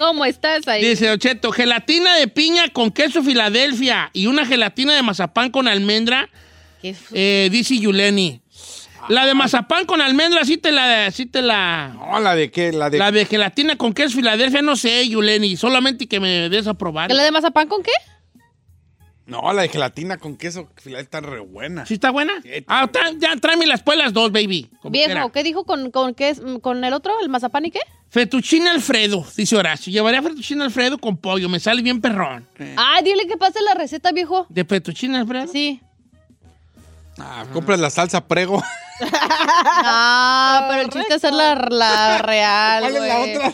S5: ¿Cómo estás ahí?
S2: Dice Ocheto, gelatina de piña con queso Filadelfia y una gelatina de mazapán con almendra.
S5: Qué
S2: Eh, dice Yuleni. La de mazapán con almendra, sí te la... Sí te la...
S4: No, la de qué, la de...
S2: La de gelatina con queso Filadelfia, no sé, Yuleni. Solamente que me des a probar.
S5: ¿La de mazapán con qué?
S4: No, la de gelatina con queso, la está re buena.
S2: ¿Sí está buena? Ah, tra- ya, tráeme las puelas dos, baby. Como
S5: Viejo,
S2: quiera.
S5: ¿qué dijo con, con, qué, es- con el otro? ¿El mazapán y qué?
S2: Fettuccine Alfredo, dice Horacio. Llevaría fettuccine Alfredo con pollo, me sale bien perrón.
S5: Ah, dile que pase la receta, viejo.
S2: ¿De fettuccine Alfredo?
S5: Sí.
S4: Ah, compras la salsa prego.
S5: Ah, pero el chiste es hacer la, la real,
S4: ¿Cuál es la
S5: güey.
S4: <laughs> otra?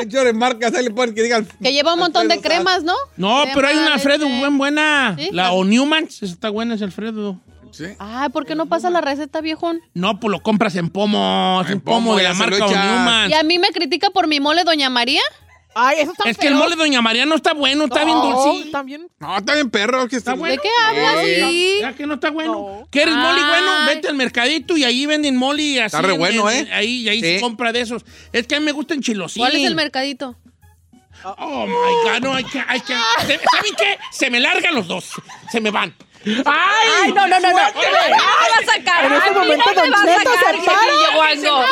S4: Ay, llore marcas, ahí le ponen que digan...
S5: Que lleva un montón de
S4: Alfredo Sal-
S5: cremas, ¿no?
S2: No,
S5: Crema,
S2: pero hay una Alfredo
S5: leche.
S2: buen buena.
S5: Sí.
S2: La o Newman's, esa está buena, es Alfredo.
S4: Sí.
S5: Ay, ¿por qué no pasa la receta, viejón?
S2: No, pues lo compras en pomo, en,
S4: En
S2: pomo,
S4: pomo,
S2: de la
S4: ya se lo
S2: marca o
S4: echas.
S2: Newman's.
S5: ¿Y a mí me critica por mi mole, doña María?
S6: Ay, eso está
S2: Es que el mole de Doña María no está bueno, está bien dulce.
S6: También.
S4: No, está bien perro. Que
S2: ¿Está
S4: está
S2: bueno?
S5: ¿De qué hablas? pues, Sí.
S2: Ya que no está bueno. ¿Quieres mole bueno?
S5: Ay.
S2: Vete al mercadito y ahí venden mole así.
S4: Está re
S2: en-
S4: bueno,
S2: en-
S4: ¿eh?
S2: Ahí, y ahí se
S4: Sí.
S2: compra de esos. Es que a mí me gustan chilosín.
S5: ¿Cuál es el mercadito?
S2: Oh, my God, no, hay que... hay que- se- ¿Saben qué? Se me largan los dos. Se me van.
S6: Ay, no, no, no, no.
S5: vas a sacar?
S6: En este momento, Don Cheto se para.
S5: Guango.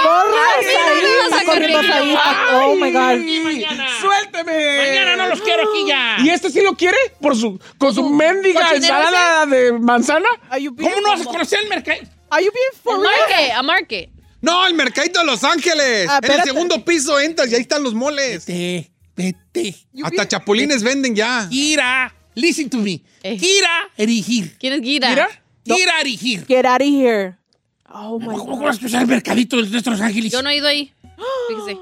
S5: Ay,
S6: Corre
S5: mira, me vas a
S6: ahí, corriendo
S5: sacar
S6: ahí.
S5: brillo.
S6: Oh my
S2: Y
S6: God.
S2: mañana.
S1: ¡Suélteme!
S2: Mañana no los quiero aquí ya.
S1: ¿Y este sí lo quiere? ¿Por su, ¿Con su mendiga
S5: cochinero
S1: ensalada de manzana?
S6: Are you being
S2: ¿Cómo no vas a conocer el mercadito?
S6: Are you being for real?
S5: Marque, a Marque.
S4: No, el mercadito de Los Ángeles.
S6: Ah,
S4: en el
S6: espérate.
S4: segundo piso entras y ahí están los moles.
S2: Vete, vete.
S4: Hasta chapulines venden ya.
S2: Kira, listen to me.
S5: Eh.
S2: Kira erigir.
S5: ¿Quién es Gira?
S2: Kira erigir.
S6: Get out of here. Oh my
S2: ¿Cómo
S6: God.
S2: vas a usar el mercadito de nuestros ángeles?
S5: Yo no he ido ahí. Fíjese.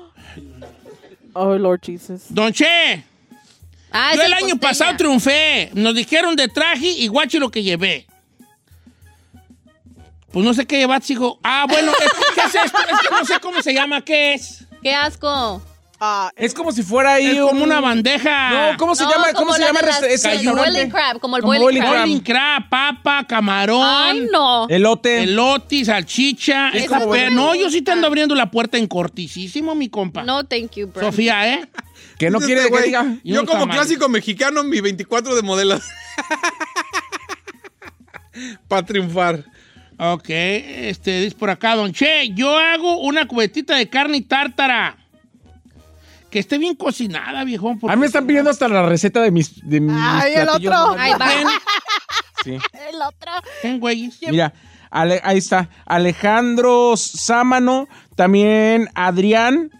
S6: Oh Lord Jesus.
S2: Don Che,
S5: Ah,
S2: yo
S5: es
S2: el año
S5: costeña.
S2: pasado triunfé. Nos dijeron de traje y guachi lo que llevé. Pues no sé qué llevaste, hijo. Ah, bueno, es- ¿qué es esto? Es que no sé cómo se llama, ¿qué es?
S5: ¡Qué asco!
S6: Ah,
S1: Es como si fuera ahí.
S2: Es como
S1: un-
S2: una bandeja.
S1: No, ¿cómo se
S5: No,
S1: llama? ¿Cómo
S5: como
S1: se
S5: la
S1: llama
S5: de las-
S1: ese- ese
S5: el
S1: restaurante?
S5: boiling crab, como el
S1: Como
S5: boiling crab.
S2: Boiling crab, papa, camarón.
S5: ¡Ay,
S1: Eh.
S5: no!
S1: Elote.
S2: Elote, salchicha.
S5: Es
S2: esta
S5: como
S2: fea.
S5: bueno.
S2: No, yo sí te ando abriendo la puerta en cortisísimo, mi compa.
S5: No, thank you, bro.
S2: Sofía, ¿eh?
S1: Que no
S4: Dice
S1: quiere
S4: este
S1: que
S4: güey,
S1: diga.
S2: Y unos
S4: Yo como
S2: tamales.
S4: clásico mexicano, mi 24 de <laughs> modelos. Para triunfar.
S2: Ok, este, dice por acá, don Che, yo hago una cubetita de carne y tártara. Que esté bien cocinada, viejón. porque-
S1: A mí me están pidiendo hasta la receta de mis. De mis
S6: Ay, Ah, el
S1: platillos,
S6: otro.
S1: ¿no?
S5: Ay, va.
S2: Ven,
S1: Sí.
S6: el otro.
S2: ven, güeyes.
S1: Mira, Ale- ahí está. Alejandro Sámano, también Adrián.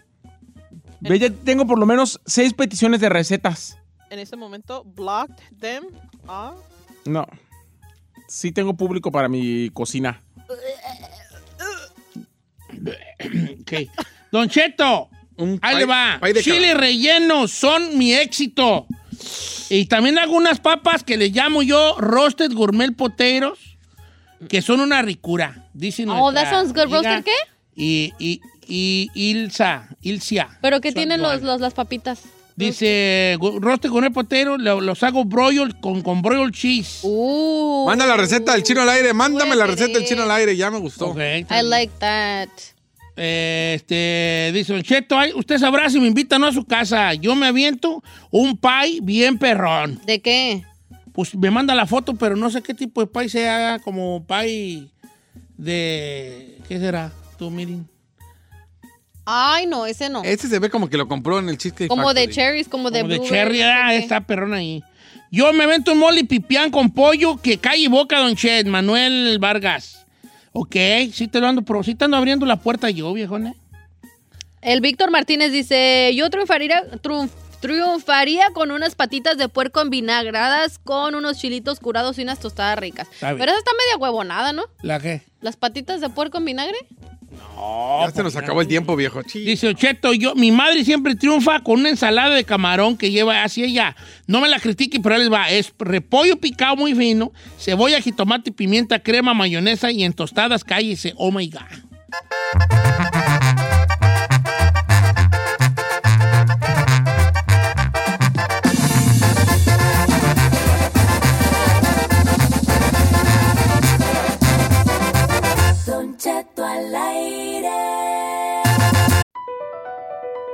S1: Ve, ya tengo por lo menos seis peticiones de recetas.
S6: En ese momento, blocked them. Ah.
S1: No. Sí tengo público para mi cocina.
S2: Ok. Don Cheto,
S4: Un
S2: ahí le
S4: pay-
S2: va.
S4: pay de
S2: Chile relleno son mi éxito. Y también hago unas papas que le llamo yo roasted gourmet poteros, que son una ricura. Dicen
S5: Oh, that sounds good. ¿Roasted qué?
S2: Y, y, y Ilsa, Ilsia.
S5: ¿Pero qué
S2: Son
S5: tienen los,
S2: igual.
S5: los- las papitas?
S2: Dice, gu- roste con el potero, lo- los hago broil con, con broil cheese.
S5: Uh,
S4: Manda la receta del chino al aire. Mándame la
S5: Puede
S4: receta del chino al aire. Ya me gustó.
S2: Ok, está
S5: I
S2: bien.
S5: like that.
S2: Eh, este, dice Don Cheto, ay, usted sabrá si me invitan o no a su casa. Yo me aviento un pie bien perrón.
S5: ¿De qué?
S2: Pues me manda la foto, pero no sé qué tipo de pie sea, como pie de... ¿Qué será? Tú, miren.
S5: Ay, no, ese no.
S4: Este se ve como que lo compró en el chiste.
S5: como de cherries, como de
S2: Como de cherry,
S5: blueberries, no sé
S2: ah,
S5: qué.
S2: está perrón ahí. Yo me avento un mole pipián con pollo que cae y boca, Don Chet, Manuel Vargas. Ok, sí te lo ando, pero sí te ando abriendo la puerta yo, viejona.
S5: El Víctor Martínez dice, yo triunfaría, triunf-
S3: Triunfaría con unas patitas de puerco envinagradas, con unos chilitos curados y unas tostadas ricas.
S2: Está bien.
S3: Pero esa está media huevonada, ¿no?
S2: ¿La qué?
S3: ¿Las patitas de puerco en vinagre?
S4: Ya se nos acabó el tiempo, viejo. Chi.
S2: Dice Ocheto, yo, mi madre siempre triunfa con una ensalada de camarón que lleva así ella. No me la critique, pero ahí les va. Es repollo picado muy fino, cebolla, jitomate, pimienta, crema, mayonesa y en tostadas cállese. Oh my God.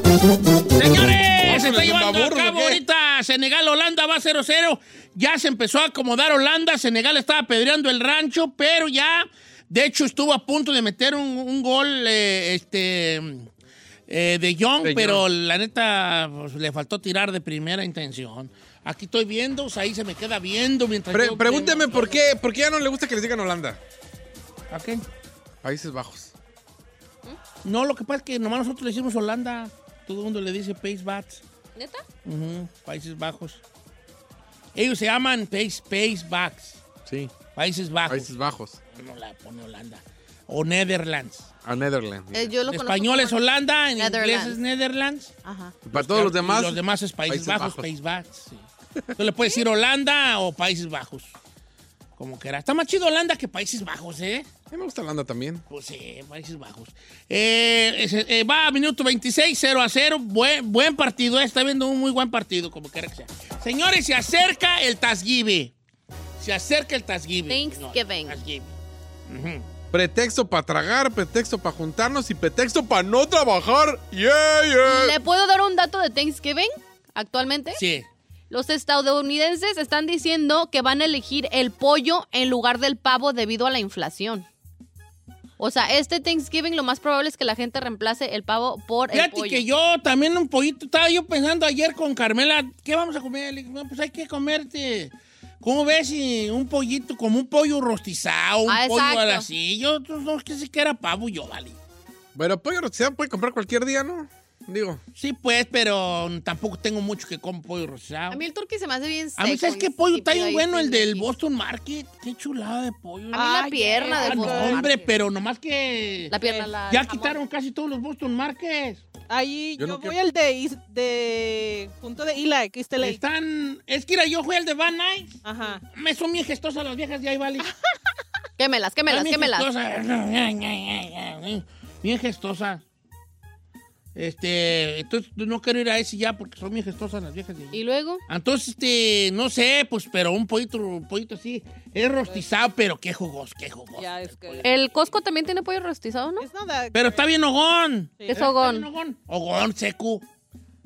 S2: Señores, se está
S4: Órale,
S2: llevando a
S4: burro,
S2: cabo
S4: ¿qué?
S2: ahorita Senegal-Holanda, va 0-0. Ya se empezó a acomodar Holanda, Senegal estaba apedreando el rancho, pero ya, de hecho, estuvo a punto de meter un, un gol eh, este, eh, de Young,
S4: De
S2: pero la neta pues, le faltó tirar de primera intención. Aquí estoy viendo, o sea, ahí se me queda viendo mientras
S4: Pre-
S2: yo
S4: pregúnteme
S2: tengo-
S4: por qué, por qué ya no le gusta que les digan Holanda.
S2: ¿A qué?
S4: Países Bajos.
S2: No, lo que pasa es que nomás nosotros le decimos Holanda. Todo el mundo le dice País Bats.
S3: ¿Neta?
S2: Ujú, Países Bajos. Ellos se llaman País, País Bats.
S4: Sí.
S2: Países Bajos.
S4: Países Bajos.
S2: No la pone Holanda. O Netherlands.
S4: A Netherlands.
S3: Eh, yo lo
S2: En
S3: conozco
S2: español
S3: como-
S2: es Holanda, en inglés
S3: Netherlands. Ah.
S2: es Netherlands.
S3: Ajá.
S4: Y para todos los
S2: Y
S4: demás.
S2: Los demás es Países,
S4: Países
S2: Bajos,
S4: Bajos.
S2: País Bajos. sí. Entonces le puedes decir Holanda o Países Bajos. Como que era. Está más chido Holanda que Países Bajos, ¿eh?
S4: A mí me gusta Holanda también.
S2: Pues sí, Países Bajos. Eh, es- eh, va a minuto 26, 0 a 0. Buen, buen partido, eh. está viendo un muy buen partido, como quiera que sea. Señores, se acerca el Thanksgiving. Se acerca el Thanksgiving.
S3: Thanksgiving.
S2: No,
S4: Pretexto para tragar, pretexto para juntarnos y pretexto para no trabajar. Yeah, yeah.
S3: ¿Le puedo dar un dato de Thanksgiving actualmente?
S2: Sí.
S3: Los estadounidenses están diciendo que van a elegir el pollo en lugar del pavo debido a la inflación. O sea, este Thanksgiving lo más probable es que la gente reemplace el pavo por el
S2: Fíjate
S3: pollo.
S2: que yo también un pollito, estaba yo pensando ayer con Carmela, ¿qué vamos a comer? Le dije, "No, pues hay que comerte. ¿Cómo ves si un pollito, como un pollo rostizado, un
S3: Ah,
S2: pollo
S3: exacto.
S2: así? Yo no- no sé si que era pavo, yo vale.
S4: Bueno, pollo rostizado puede comprar cualquier día, ¿no? Digo.
S2: Sí, pues, pero tampoco tengo mucho que como pollo rostizado.
S3: A mí el turkey se me hace bien
S2: A mí,
S3: seco
S2: ¿sabes
S3: y-
S2: qué pollo
S3: y
S2: está bien
S3: ahí
S2: bueno? El
S3: tiene-
S2: del Boston Market. Qué chulada de pollo.
S3: A mí
S6: Ah,
S3: la pierna
S6: yeah,
S3: del
S2: no,
S3: Boston
S2: hombre,
S3: Market.
S2: pero nomás que...
S3: La pierna, la-
S2: Ya
S3: el jamón.
S2: quitaron casi todos los Boston Markets.
S6: Ahí
S4: Yo
S6: yo,
S4: no
S6: voy
S4: quiero-
S6: al de, Is- de punto de Eli, que East LA.
S2: Están... Es que mira, yo fui al de Van Nuys.
S6: Ajá.
S2: Me son bien gestosas las viejas de
S3: <laughs>
S2: ahí,
S3: Ah,
S2: vale.
S3: Quémelas, quémelas,
S2: Están bien
S3: quémelas.
S2: gestosas. <laughs> Bien gestosa. Este, entonces no quiero ir a ese ya porque son bien gestosas las viejas de allí.
S3: Y luego,
S2: Entonces, este, no sé, pues, pero un pollito, un pollito así, es rostizado, pero qué jugoso, qué jugoso.
S6: Ya, es que.
S3: el Costco también tiene pollo rostizado, ¿no?
S6: It's not that <laughs>
S2: Pero está bien hogón.
S3: Es
S2: Está
S3: hogón.
S2: bien hogón. Hogón seco.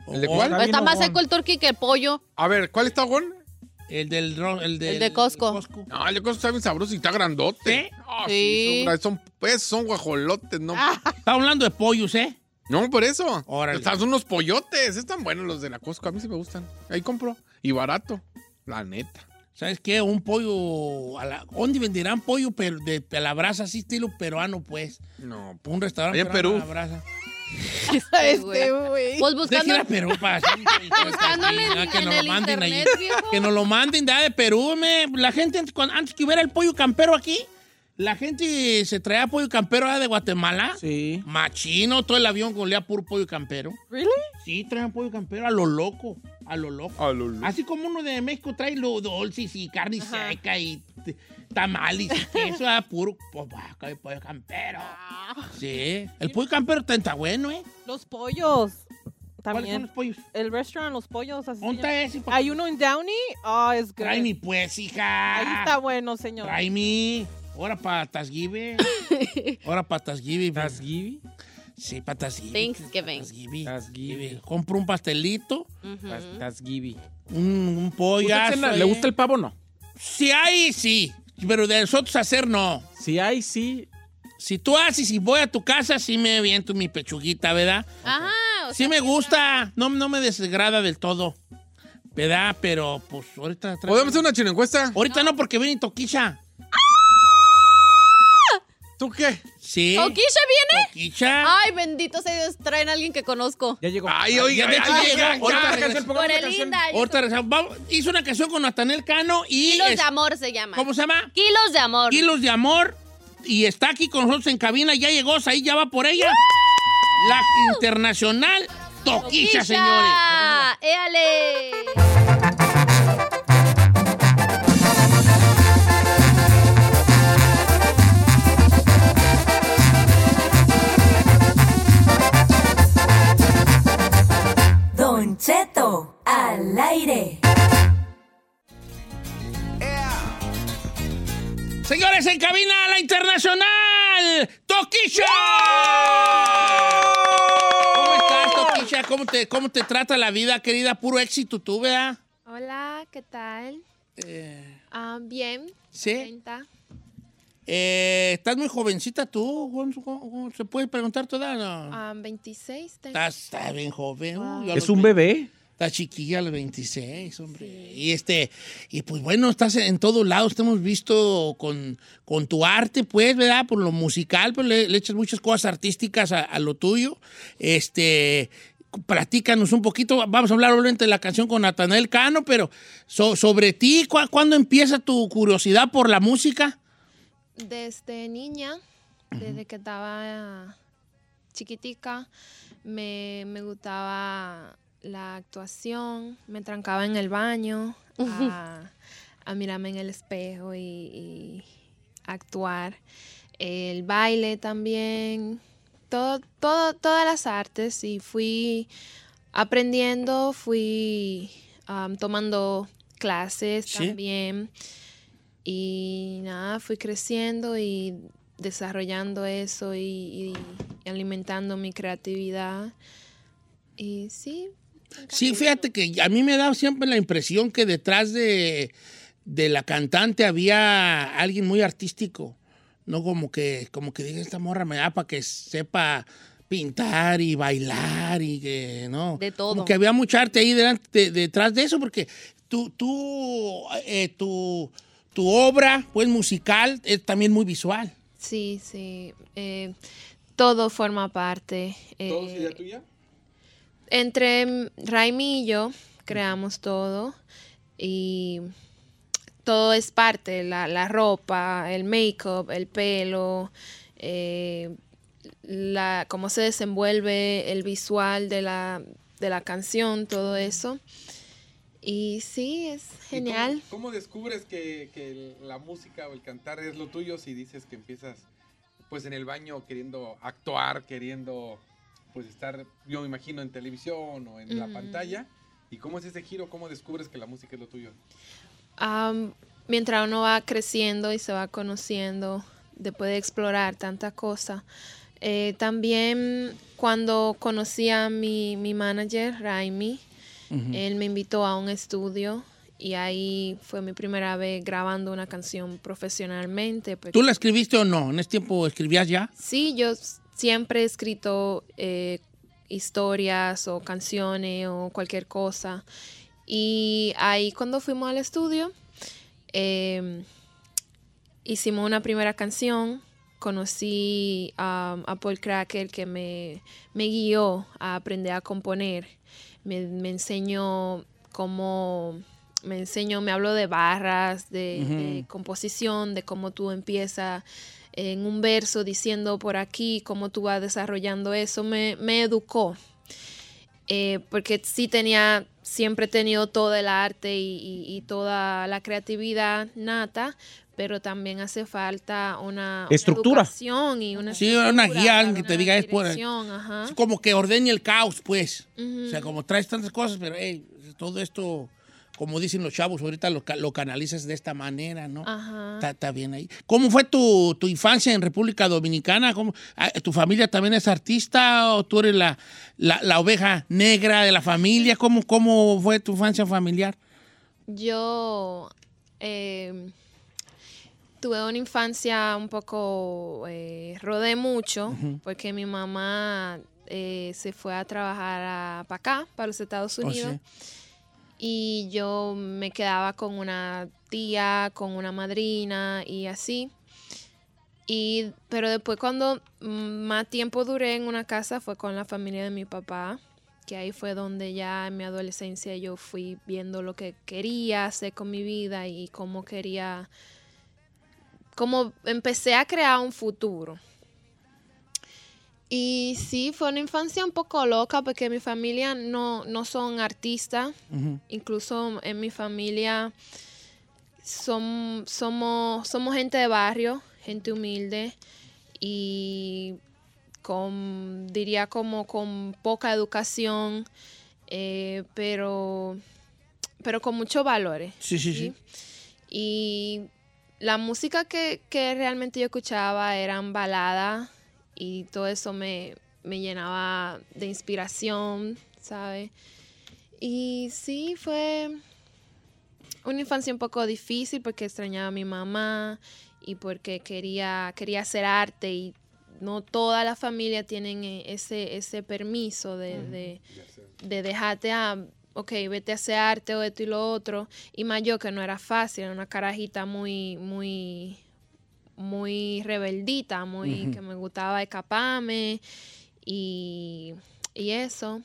S4: ¿El de
S2: Hogón.
S4: cuál?
S7: Está bien
S3: Está más
S7: hogón.
S3: seco el turkey que el
S2: <laughs>
S3: pollo.
S4: A ver, ¿cuál está bueno?
S2: El del ro- el del
S3: El de Costco.
S4: No, yo creo que está bien sabroso y está grandote.
S2: ¿Sí?
S4: Ah,
S3: Sí.
S4: son, son, pues, son guajolotes, ¿no?
S2: Está hablando de pollos, ¿eh?
S4: No, por eso.
S2: Órale.
S4: Están unos pollotes. Están buenos los de la Costco. A mí sí me gustan. Ahí compro. Y barato. La neta.
S2: ¿Sabes qué? Un pollo a la ¿Dónde venderán pollo pero de a la brasa así estilo peruano, pues?
S4: No,
S2: Un restaurante
S4: Allá en
S2: peruano
S4: Perú.
S2: a la brasa.
S3: <laughs> Este güey.
S6: Este, güey.
S3: Pues
S2: Deje
S3: buscando, <laughs>
S2: ir a Perú para hacer un proyecto
S3: Buscándole
S2: así, ¿no?
S3: en-
S2: que
S3: en
S2: nos lo
S3: el
S2: manden ahí.
S3: internet, viejo.
S2: Que nos lo manden de, allá de Perú, me. La gente, antes- cuando- antes que hubiera el pollo campero aquí, la gente se traía pollo campero allá de Guatemala.
S7: Sí.
S2: Machino, todo el avión golea puro pollo campero.
S6: ¿Really?
S2: Sí, traen pollo campero a lo loco, a lo loco.
S4: A lo loco.
S2: Así como uno de México trae lo dulces y carne seca y t- tamales y queso, ah, puro po- vaca y pollo campero.
S6: Ah.
S2: Sí, el pollo campero está- está bueno, ¿eh?
S6: Los pollos.
S2: ¿Cuáles son
S6: También.
S2: los pollos?
S6: El restaurant Los Pollos. Así se
S2: ¿Dónde
S6: llama.
S2: está ese? papá?
S6: Hay uno en Downey. Ah, es good.
S2: Trae mi pues, hija.
S6: Ahí está bueno, señor.
S2: Trae mi. Ahora para
S3: <laughs>
S2: Tasgive. Ahora para Tasgive.
S7: ¿Tasgive?
S2: Sí, para Tasgive.
S3: Thanksgiving.
S2: Tasgive.
S7: Tasgive.
S2: Compro un pastelito,
S7: Tas- Tasgive.
S2: un, un pollazo.
S7: ¿Usted cena-
S2: eh.
S7: Pues ¿Le gusta el pavo o no?
S2: Si hay, sí. Pero de nosotros hacer, no.
S7: Si hay, sí.
S2: Si tú haces y voy a tu casa, sí me viento mi pechuguita, ¿verdad?
S3: Ajá. o
S2: Sí
S3: sea,
S2: me gusta. No, no me desagrada del todo. ¿Verdad? Pero, pues, ahorita... traigo-
S4: ¿Podemos hacer una chino encuesta?
S2: Ahorita no, porque viene Toquicha.
S4: ¿Tú qué?
S2: Sí.
S3: ¿Oquisha viene?
S2: Toquicha.
S3: Ay, bendito sea Dios, traen a alguien que conozco.
S7: Ya llegó.
S4: Ay,
S2: Ya
S4: oiga,
S2: de
S4: ay,
S2: hecho
S4: ay,
S2: llega,
S4: ay,
S2: ahorita
S4: ay,
S2: regresa el
S4: ay,
S3: Por el linda.
S2: Ahorita regresamos. Vamos- hizo una canción con Natanel Cano y...
S3: Kilos
S2: es-
S3: de amor se llama.
S2: ¿Cómo se llama?
S3: Kilos de amor.
S2: Kilos de amor. Y está aquí con nosotros en cabina. Ya llegó, ahí ya va por ella. La internacional Toquicha,
S3: Toquilla,
S2: señores.
S3: ¡Éale!
S10: Don Cheto al aire.
S2: Señores, en cabina la internacional Toquicha. ¿Cómo estás, Toquicha? ¿Cómo te, ¿Cómo te trata la vida, querida? Puro éxito tú, ¿verdad?
S5: Hola, ¿qué tal?
S2: Eh.
S5: Ah, bien,
S2: Sí. Eh, estás muy jovencita tú. ¿Cómo- cómo- cómo ¿Se puede preguntar tu edad? No.
S5: Ah, 26. tengo.
S2: Estás, estás Ah, bien joven. Uy, yo a
S7: ¿Es
S2: los
S7: un
S2: ve-
S7: bebé?
S2: Estás chiquilla a los 26, hombre. Y este, y pues bueno, estás en todos lados, te hemos visto con, con tu arte, pues, ¿verdad? Por lo musical, pues le, le echas muchas cosas artísticas a, a lo tuyo. Este, platícanos un poquito, vamos a hablar obviamente de la canción con Natanael Cano, pero so- sobre ti, ¿cu- ¿cuándo empieza tu curiosidad por la música?
S5: Desde niña, desde que estaba ah, chiquitica, me, me gustaba la actuación, me trancaba en el baño
S3: <laughs>
S5: ah, a, a mirarme en el espejo y, y actuar. El baile también, todo, todo, todas las artes y fui aprendiendo, fui am, tomando clases
S2: Sí.
S5: también y nada, fui creciendo y desarrollando eso y, y- y alimentando mi creatividad y sí,
S2: Sí, fíjate que a mí me da siempre la impresión que detrás de, de la cantante había alguien muy artístico, ¿no? Como que, como que diga, esta morra me da para que sepa pintar y bailar y que, ¿no?
S3: De todo.
S2: Como que había mucha arte ahí delante- de- detrás de eso, porque tú, tú, eh, tu, tu obra, pues musical, es también muy visual.
S5: sí, sí. eh, todo forma parte. eh,
S4: tuya?
S5: Entre mm, Raimi y yo creamos todo y todo es parte, la, la ropa, el make-up, el pelo, eh, la, cómo se desenvuelve el visual de la, de la canción, todo eso. Y sí, es genial.
S4: ¿Cómo, descubres que, la música o el cantar es lo tuyo si dices que empiezas pues en el baño queriendo actuar, queriendo pues estar, yo me imagino, en televisión o en la pantalla? ¿Y cómo es ese giro? ¿Cómo descubres que la música es
S2: <laughs>
S4: lo tuyo?
S5: Am, mientras uno va creciendo y se va conociendo, después de explorar tanta cosa. Eh, también cuando conocí a mi, mi manager, Raimi, él me invitó a un estudio y ahí fue mi primera vez grabando una canción profesionalmente. pues, porque-
S2: ¿Tú la escribiste o no? ¿En ese tiempo escribías ya?
S5: Sí, yo s- siempre he escrito eh, historias o canciones o cualquier cosa. Y ahí cuando fuimos em, al estudio, eh, hicimos una primera canción conocí um, a Paul Cracker que me, me guió a aprender a componer. Me, me enseñó cómo, me enseñó, me habló de barras, de, de
S11: Ujú.
S5: composición, de cómo tú empiezas en un verso diciendo por aquí, cómo tú vas desarrollando eso. Me, me educó. Eh, porque sí tenía, siempre he tenido todo el arte y, y- y toda la creatividad nata, pero también hace falta una, una
S2: Estructura.
S5: educación y una
S2: Sí, una
S5: estructura,
S2: guía, alguien que te diga es por
S5: dirección, ajá.
S2: Es como que ordene el caos, pues.
S5: Ujú.
S2: O sea, como traes tantas cosas, pero hey, todo esto, como dicen los chavos, ahorita lo, ca- lo canalizas de esta manera, ¿no?
S5: Ajá.
S2: Está, está bien ahí. ¿Cómo fue tu, tu infancia en República Dominicana? ¿Cómo- ah, ¿Tu familia también es artista o tú eres la, la- la oveja negra de la familia? ¿Cómo, ¿Cómo fue tu infancia familiar?
S5: Yo eh, tuve una infancia un poco, eh, rodé mucho,
S2: Ujú.
S5: porque mi mamá eh, se fue a trabajar a- para acá, para los Estados
S2: Oh, sí.
S5: Unidos. Y yo me quedaba con una tía, con una madrina y así. Y, pero después cuando mm, más tiempo duré en una casa fue con la familia de mi papá, que ahí fue donde ya en mi adolescencia yo fui viendo lo que quería hacer con mi vida y cómo quería, cómo empecé a crear un futuro. Y sí, fue una infancia un poco loca porque mi familia no, no son artistas. Incluso en mi familia som- somos, somos gente de barrio, gente humilde y con, diría como con poca educación, eh, pero, pero con muchos valores.
S2: Sí, sí, sí.
S5: Y la música que, que realmente yo escuchaba eran baladas y todo eso me, me llenaba de inspiración, ¿sabes? Y sí, fue una infancia un poco difícil porque extrañaba a mi mamá y porque quería, quería hacer arte y no toda la familia tienen eh, ese, ese permiso de, de, de dejarte a, ok, vete a hacer arte o esto y lo otro. Y más yo que no era fácil, era una carajita muy, muy, muy rebeldita, muy
S11: Ujú.
S5: que me gustaba escaparme y, y eso.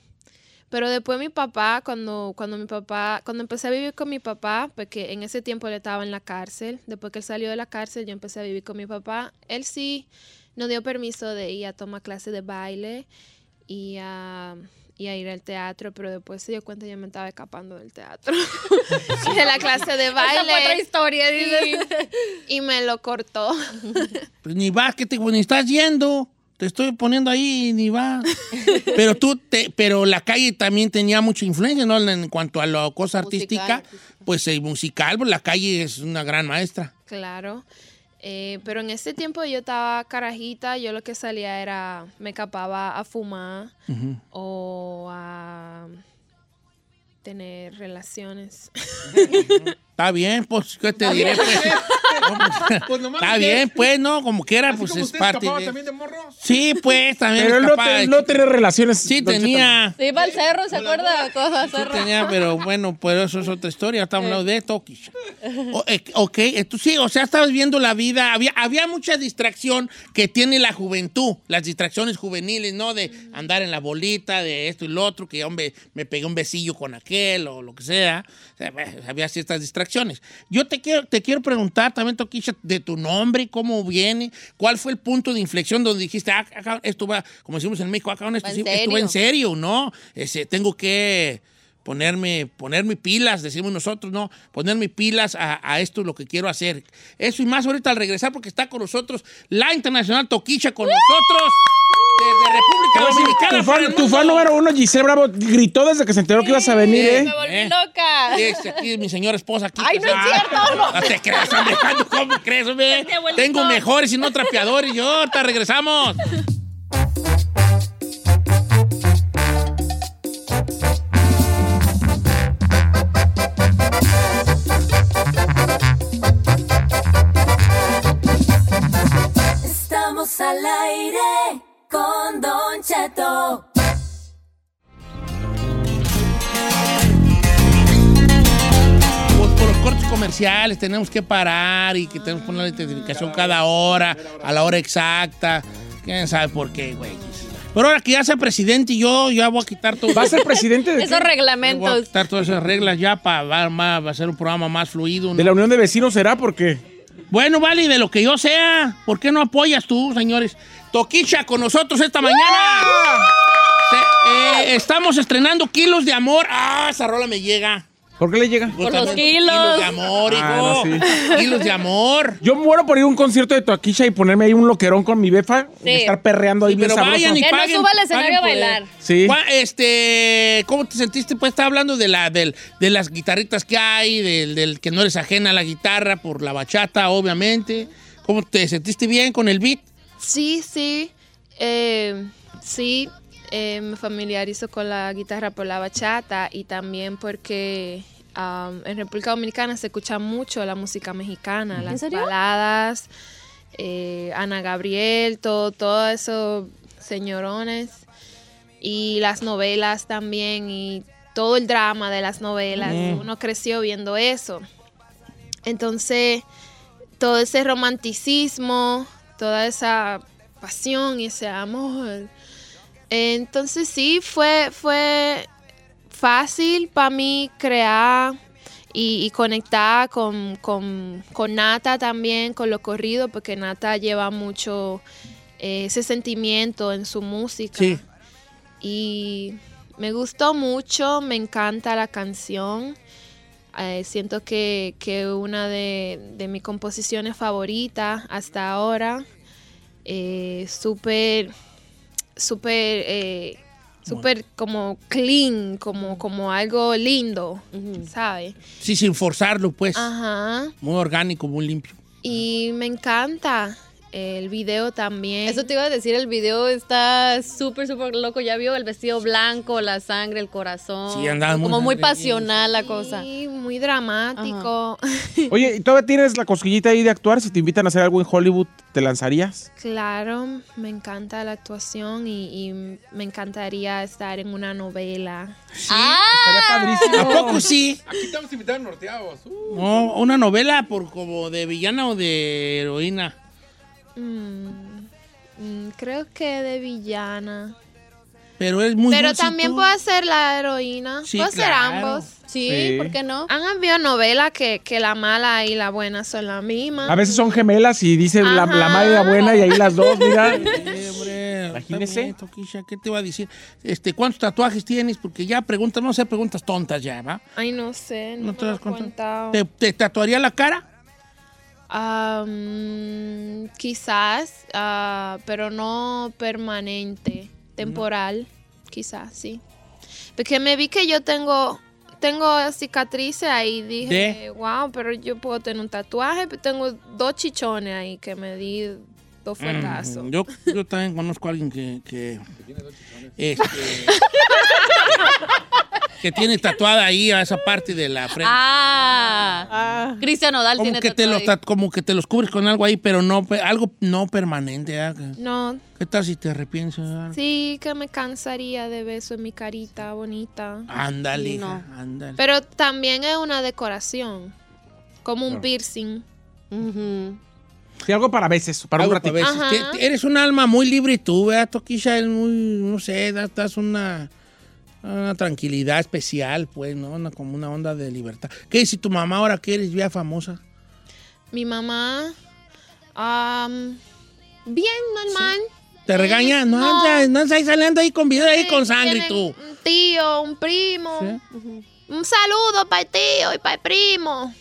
S5: Pero después mi papá, cuando, cuando mi papá, cuando empecé a vivir con mi papá, porque en ese tiempo él estaba en la cárcel, después que él salió de la cárcel, yo empecé a vivir con mi papá. Él sí nos dio permiso de ir a tomar clases de baile y a, y a ir al teatro, pero después se dio cuenta que yo me estaba escapando del teatro. <laughs> de la clase de
S3: Esa fue
S5: baile.
S3: otra historia,
S5: Sí.
S3: dices.
S5: y me lo cortó.
S2: Pues ni vas, que te, ni estás yendo. Te estoy poniendo ahí y ni
S4: <laughs>
S2: vas. pero tú, te, pero la calle también tenía mucha influencia, ¿no? En cuanto a la cosa artística, pues el musical, pues, la calle es una gran maestra.
S5: Claro. Eh, pero en ese tiempo yo estaba carajita, yo lo que salía era, me escapaba a fumar o a tener relaciones.
S2: Está bien, pues, ¿qué te diré? pues?
S4: <laughs> Pues nomás
S2: Está
S4: que-
S2: bien, pues, ¿no? Como quiera,
S4: Así
S2: pues
S4: como
S2: es
S4: usted
S2: parte
S4: escapaba
S2: de-
S4: también de morro.
S2: Sí, pues, también.
S7: Pero él no,
S2: escapaba.
S7: te- no tenía relaciones.
S2: Sí,
S7: Don Cheto.
S2: tenía.
S3: Se iba al cerro, ¿se acuerda? Cosa,
S2: Sí
S3: cerro.
S2: tenía, pero bueno, pero eso es otra historia. Estamos hablando de Tokish. O- eh, ok, entonces sí, o sea, estabas viendo la vida. Había, había mucha distracción que tiene la juventud, las distracciones juveniles, ¿no? De andar en la bolita, de esto y lo otro, que hombre, me pegué un besillo con aquel o lo que sea. O sea, bueno, había ciertas distracciones. Yo te quiero, te quiero preguntar también, Toquisha, de tu nombre, cómo viene, cuál fue el punto de inflexión donde dijiste, ah, cabrón, esto va, como decimos en México, ah, cabrón, esto,
S3: Va en
S2: sí- esto va en
S3: serio.
S2: serio, ¿no? Ese, tengo que ponerme, ponerme pilas, decimos nosotros, ¿no? Ponerme pilas a, a esto, lo que quiero hacer. Eso y más ahorita al regresar, porque está con nosotros la Internacional Toquicha con nosotros desde
S7: Te voy a
S2: República
S7: decir,
S2: Dominicana.
S7: Pues tu, fan, tu fan número uno, Giselle Bravo, gritó desde que se enteró que ibas a venir, ¿eh?
S2: volví
S3: loca.
S2: aquí mi señora esposa aquí.
S3: Ay, no es
S2: casada.
S3: cierto, no. Pues
S2: No te creas, hombre, ¿cuándo? ¿cómo crees, hombre?
S3: Te vuelvo
S2: Tengo
S3: loca.
S2: mejores y no trapeadores. Yo, ahorita regresamos.
S10: Estamos al aire con Don Cheto.
S2: Pues por los cortes comerciales, tenemos que parar y que tenemos que poner la identificación cada hora, a la hora exacta. ¿Quién sabe por qué, güey? Pero ahora que ya sea presidente y yo, ya voy a quitar todo.
S7: ¿Va a ser presidente
S2: <laughs>
S7: de
S3: Esos
S7: qué?
S2: Voy a
S3: reglamentos.
S2: quitar todas esas reglas ya para va, ma- va a ser un programa más fluido. ¿no?
S7: ¿De la unión de vecinos será? Porque
S2: Bueno, vale, de lo que yo sea. ¿Por qué no apoyas tú, señores? Toquicha con nosotros esta mañana. Se- eh, estamos estrenando Kilos de Amor. Ah, esa rola me llega.
S7: ¿Por qué le llega?
S3: Por los
S2: Justamente,
S3: kilos.
S2: de amor, hijo.
S7: Ah, no,
S2: Kilos de amor.
S7: Yo muero por ir a un concierto de Toaquisha y ponerme ahí un loquerón con mi befa
S3: Sí.
S7: y estar perreando ahí
S2: Sí,
S7: bien
S2: pero
S7: sabroso.
S2: vayan y
S3: Que no
S2: paguen-
S3: suba al
S2: paguen
S3: escenario a
S2: por-
S3: bailar.
S7: Sí.
S2: Gua- Este, ¿cómo te sentiste? Pues estaba hablando de la, del- de las guitarritas que hay, del, del que no eres ajena a la guitarra por la bachata, obviamente. ¿Cómo te sentiste bien con el beat?
S5: Sí, sí, eh, sí, eh, me familiarizo con la guitarra por la bachata y también porque am, en República Dominicana se escucha mucho la música mexicana, las
S3: serio?
S5: baladas, eh, Ana Gabriel, todo, todo eso, señorones, y las novelas también y todo el drama de las novelas. Uno creció viendo eso. Entonces, todo ese romanticismo, toda esa pasión y ese amor. Entonces sí, fue, fue fácil para mí crear y, y conectar con, con- con Nata también, con lo corrido, porque Nata lleva mucho eh, ese sentimiento en su música.
S2: Sí.
S5: Y me gustó mucho, me encanta la canción. Eh, siento que es una de, de mis composiciones favoritas hasta ahora. Eh, súper, súper, eh, súper como clean, como, como algo lindo, ¿sabes?
S2: Sí, sin forzarlo, pues.
S5: Ajá.
S2: Muy orgánico, muy limpio.
S5: Y me encanta el video también.
S3: Eso te iba a decir, el video está súper, súper loco. Ya vio el vestido blanco, la sangre, el corazón.
S2: Sí, andaba muy
S3: Como muy
S2: sangriento.
S3: pasional la cosa.
S5: Sí, muy dramático.
S7: Oye, ¿y todavía tienes la cosquillita ahí de actuar? Si te invitan a hacer algo en Hollywood, ¿te lanzarías?
S5: <laughs> Claro, me encanta la actuación y, y me encantaría estar en una novela.
S7: Estaría
S2: ¿A
S7: padrísimo.
S2: poco sí?
S4: Aquí te vamos a invitar a norteados. Uh.
S2: No, una novela por como de villana o de heroína.
S5: Mm, mm, creo que de villana.
S2: Pero es muy
S5: Pero
S2: dulce
S5: también
S2: tú.
S5: puedo hacer la heroína.
S2: Sí,
S5: puedo hacer
S2: claro.
S5: ambos.
S3: Sí,
S7: Sí.
S3: ¿por qué no?
S5: Han habido novelas que, que la mala y la buena son la misma.
S7: A veces son gemelas y dice la, la
S5: Ajá.
S7: mala y la buena y ahí las dos,
S2: <laughs>
S7: mira.
S2: Sí, hombre,
S7: Imagínese.
S2: está bien, Toquisha, ¿Qué te iba a decir? Este, ¿Cuántos tatuajes tienes? Porque ya preguntas, no sé, preguntas tontas ya, ¿va?
S5: Ay, no sé, no,
S2: ¿No te
S5: me lo
S2: das
S5: he
S2: cuenta?
S5: contado.
S2: ¿Te, te tatuaría la cara?
S5: Ah, mm, quizás, ah, pero no permanente, temporal, quizás, sí. Porque me vi que yo tengo tengo cicatrices ahí, dije, wow, pero yo puedo tener un tatuaje, pero tengo dos chichones ahí que me di dos fuertazos.
S2: Mm. Yo, yo también conozco a alguien que. que
S5: <laughs>
S2: este, que tiene tatuada ahí a esa parte de la frente.
S3: Ah,
S6: Ah,
S3: Cristian Odal
S2: como,
S3: tiene
S2: que te
S3: tatuado
S2: los,
S3: ahí.
S2: tat- como que te los cubres con algo ahí, pero no pe- algo no permanente. ¿ah? ¿Qué-
S5: No,
S2: ¿Qué tal si te arrepientes? ah?
S5: sí que me cansaría de beso en mi carita bonita.
S2: Ándale,
S3: Sí,
S2: hija, ándale.
S5: Pero también es una decoración, como un piercing.
S3: Ujú.
S7: Sí, algo para veces, para un
S2: Algo
S7: ratito.
S2: pa' veces.
S5: Ajá.
S2: Te- te- Eres un alma muy libre y tú, ¿verdad, Toquisha? Es muy, no sé, da- das una, una tranquilidad especial, pues, ¿no? Una- como una onda de libertad. ¿Qué si tu mamá ahora que eres ya famosa?
S5: Mi mamá, am, bien normal.
S2: ¿Te regaña? No,
S5: no.
S2: andas, no andas ahí saliendo ahí con video ahí con sangre y
S5: Tiene
S2: tú.
S5: Un tío, un primo. Un saludo para el tío y para el primo.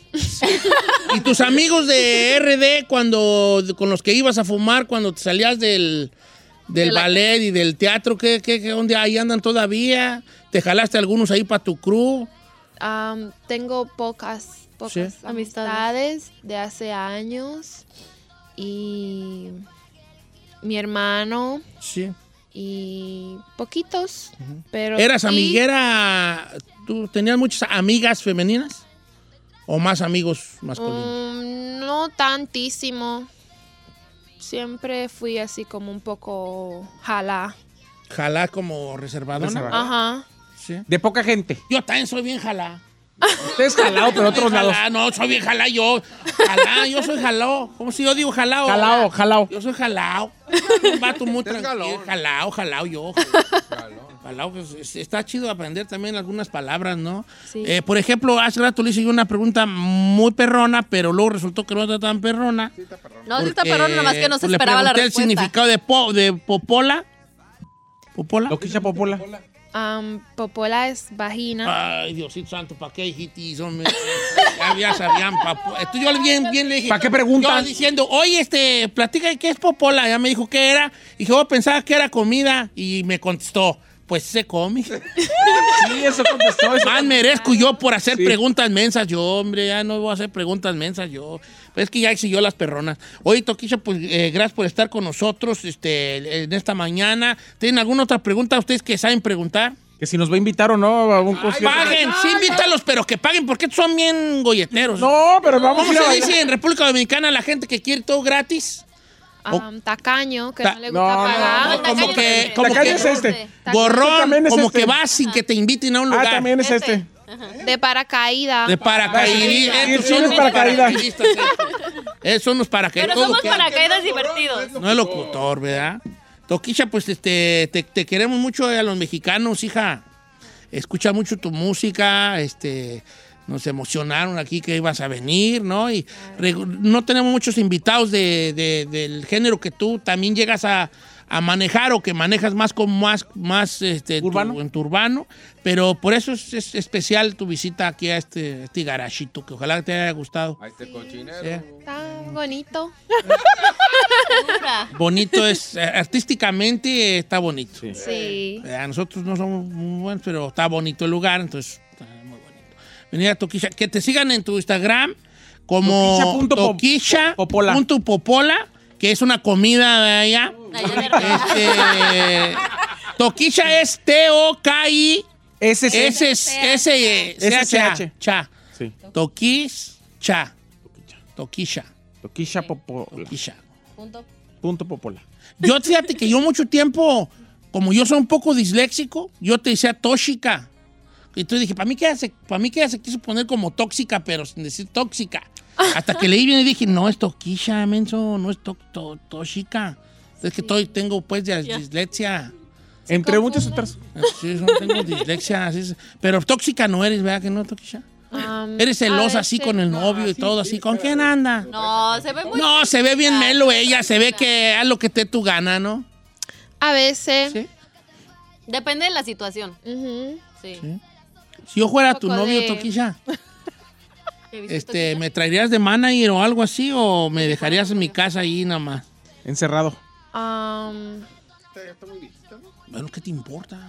S2: ¿Y tus amigos de RD cuando, con los que ibas a fumar cuando te salías del, del
S3: De la-
S2: ballet y del teatro? ¿Qué, qué, qué onda? ¿Ahí andan todavía? ¿Te jalaste algunos ahí para tu crew?
S5: Am, tengo pocas, pocas
S2: Sí.
S5: amistades de hace años. Y mi hermano
S2: Sí.
S5: y poquitos. pero
S2: ¿Eras
S5: sí,
S2: amiguera? ¿Tú tenías muchas amigas femeninas? ¿O más amigos masculinos?
S5: um, mm, no tantísimo. Siempre fui así como un poco jalá.
S3: Mm.
S2: Jalá como reservadona.
S7: Reservada.
S5: Ajá.
S2: Sí.
S7: De poca gente.
S2: Yo también soy bien jalá.
S7: Usted es jalado, pero otros lados.
S2: Ah, no, soy bien jalá yo. Jalá, yo soy jalao. ¿Cómo si yo digo jalao?
S7: Jalao, jalao.
S2: Yo soy jalao. Un vato muy tranquilo. Jalao, jalao yo. Jalao. pues, es- Está chido aprender también algunas palabras, ¿no?
S5: Sí.
S2: Eh, por ejemplo, hace rato le hice yo una pregunta muy perrona, pero luego resultó que no está tan perrona.
S3: No, sí está perrón, nomás que no se
S2: Porque pues,
S3: esperaba la
S2: le pregunté
S3: respuesta.
S2: el significado de, po- de popola. ¿Popola?
S7: Lo quisa popola.
S5: Am, popola es vagina.
S2: Ay, Diosito santo, ¿para qué hijitis, hombre? ya, ya sabían, papo. Esto yo bien, bien le dije.
S7: ¿Para qué preguntas?
S2: Yo diciendo, oye, este, platica, ¿qué es popola? Ya me dijo, ¿qué era? Y yo pensaba que era comida. Y me contestó, pues se come.
S7: Sí, eso contestó. Eso.
S2: Más merezco yo por hacer
S7: Sí.
S2: preguntas mensas yo, hombre. Ya no voy a hacer preguntas mensas yo. Pues es que ya exigió las perronas. Oye, Toquisha, pues eh, gracias por estar con nosotros este, en esta mañana. ¿Tienen alguna otra pregunta ustedes que saben preguntar?
S7: Que si nos va a invitar o no a un concierto.
S2: Paguen, sí invítalos, pero que paguen, porque son bien golleteros.
S7: No, pero vamos
S2: ¿Cómo
S7: a ir a
S2: se
S7: bailar.
S2: dice en República Dominicana la gente que quiere todo gratis?
S5: Am, um, tacaño, que
S2: Ta-
S5: no le gusta
S7: no, Ah, no,
S5: pagar.
S1: Ah,
S2: no, como
S3: tacaño
S2: que-
S3: este.
S2: como
S7: La calle
S2: que-
S7: es este. Este
S2: Borrón,
S7: también es
S2: como
S7: este.
S2: que vas sin que te inviten a un lugar.
S7: Ah, también es este.
S5: De paracaídas.
S2: De paracaídas.
S7: Sí,
S2: Estos
S7: sí,
S2: son
S7: es
S2: los
S7: paracaídas.
S2: paracaidistas, eh. Eh, Son los
S3: Pero
S2: paracaidistas.
S3: somos
S2: que-
S3: paracaídas divertidos.
S2: No es locutor, ¿verdad? Toquisha, pues este, te, te queremos mucho a los mexicanos, hija. Escucha mucho tu música, este, nos emocionaron aquí que ibas a venir, ¿no? Y regu- no tenemos muchos invitados de- de- del género que tú también llegas a, a manejar o que manejas más con más, más este, en tu-
S7: Urbano.
S2: en tu urbano, pero por eso es, es especial tu visita aquí a este, este garachito, que ojalá te haya gustado. ¿eh?
S4: Ahí está el cochinero.
S2: ¿sí?
S5: Está bonito.
S2: Bonito es, eh, artísticamente eh, está bonito.
S5: Sí.
S2: Eh, a nosotros no somos muy buenos, pero está bonito el lugar, entonces está muy bonito. Venir a Toquisha. Que te sigan en tu Instagram como
S7: Toquisha.pop- popola.
S2: Toquisha.popola, que es una comida de allá. Este, Toquisha es T-O-K-I-S-S-C-H.
S7: Ese es ese.
S2: E, S-C-H. Cha.
S7: Sí.
S2: Toquisha. Toquisha.
S7: Toquisha popola.
S2: Toquisha.
S7: Punto popola.
S2: Yo fíjate que yo mucho tiempo, como yo soy un poco disléxico, yo te decía tóxica. Y entonces dije, para mí que se, para mí que se quiso poner como tóxica, pero sin decir tóxica. Hasta que leí bien y dije, no es toquisha, menso, no es to- to- tóxica. Es que estoy- tengo pues de- dislexia.
S7: Entre muchas otras.
S2: Sí, yo tengo dislexia. así es. Pero tóxica no eres, ¿verdad que no, tóxica?
S5: Am,
S2: Eres celosa
S5: a
S2: así
S5: veces-
S2: con el novio y todo, así. ¿Con quién anda?
S3: No, se ve muy...
S2: No, se ve bien melo ella, se ve que haz lo que te tu gana, ¿no?
S5: A veces.
S2: Sí.
S3: Depende de la situación.
S5: ujú.
S3: Sí.
S2: Si yo fuera tu
S5: poco
S2: novio,
S5: de-
S2: Toquilla,
S3: ¿Te viste
S2: este, ¿me traerías de manager o algo así o me dejarías en mi casa ahí nada más?
S7: Encerrado.
S5: Am,
S2: Bueno, ¿qué te importa?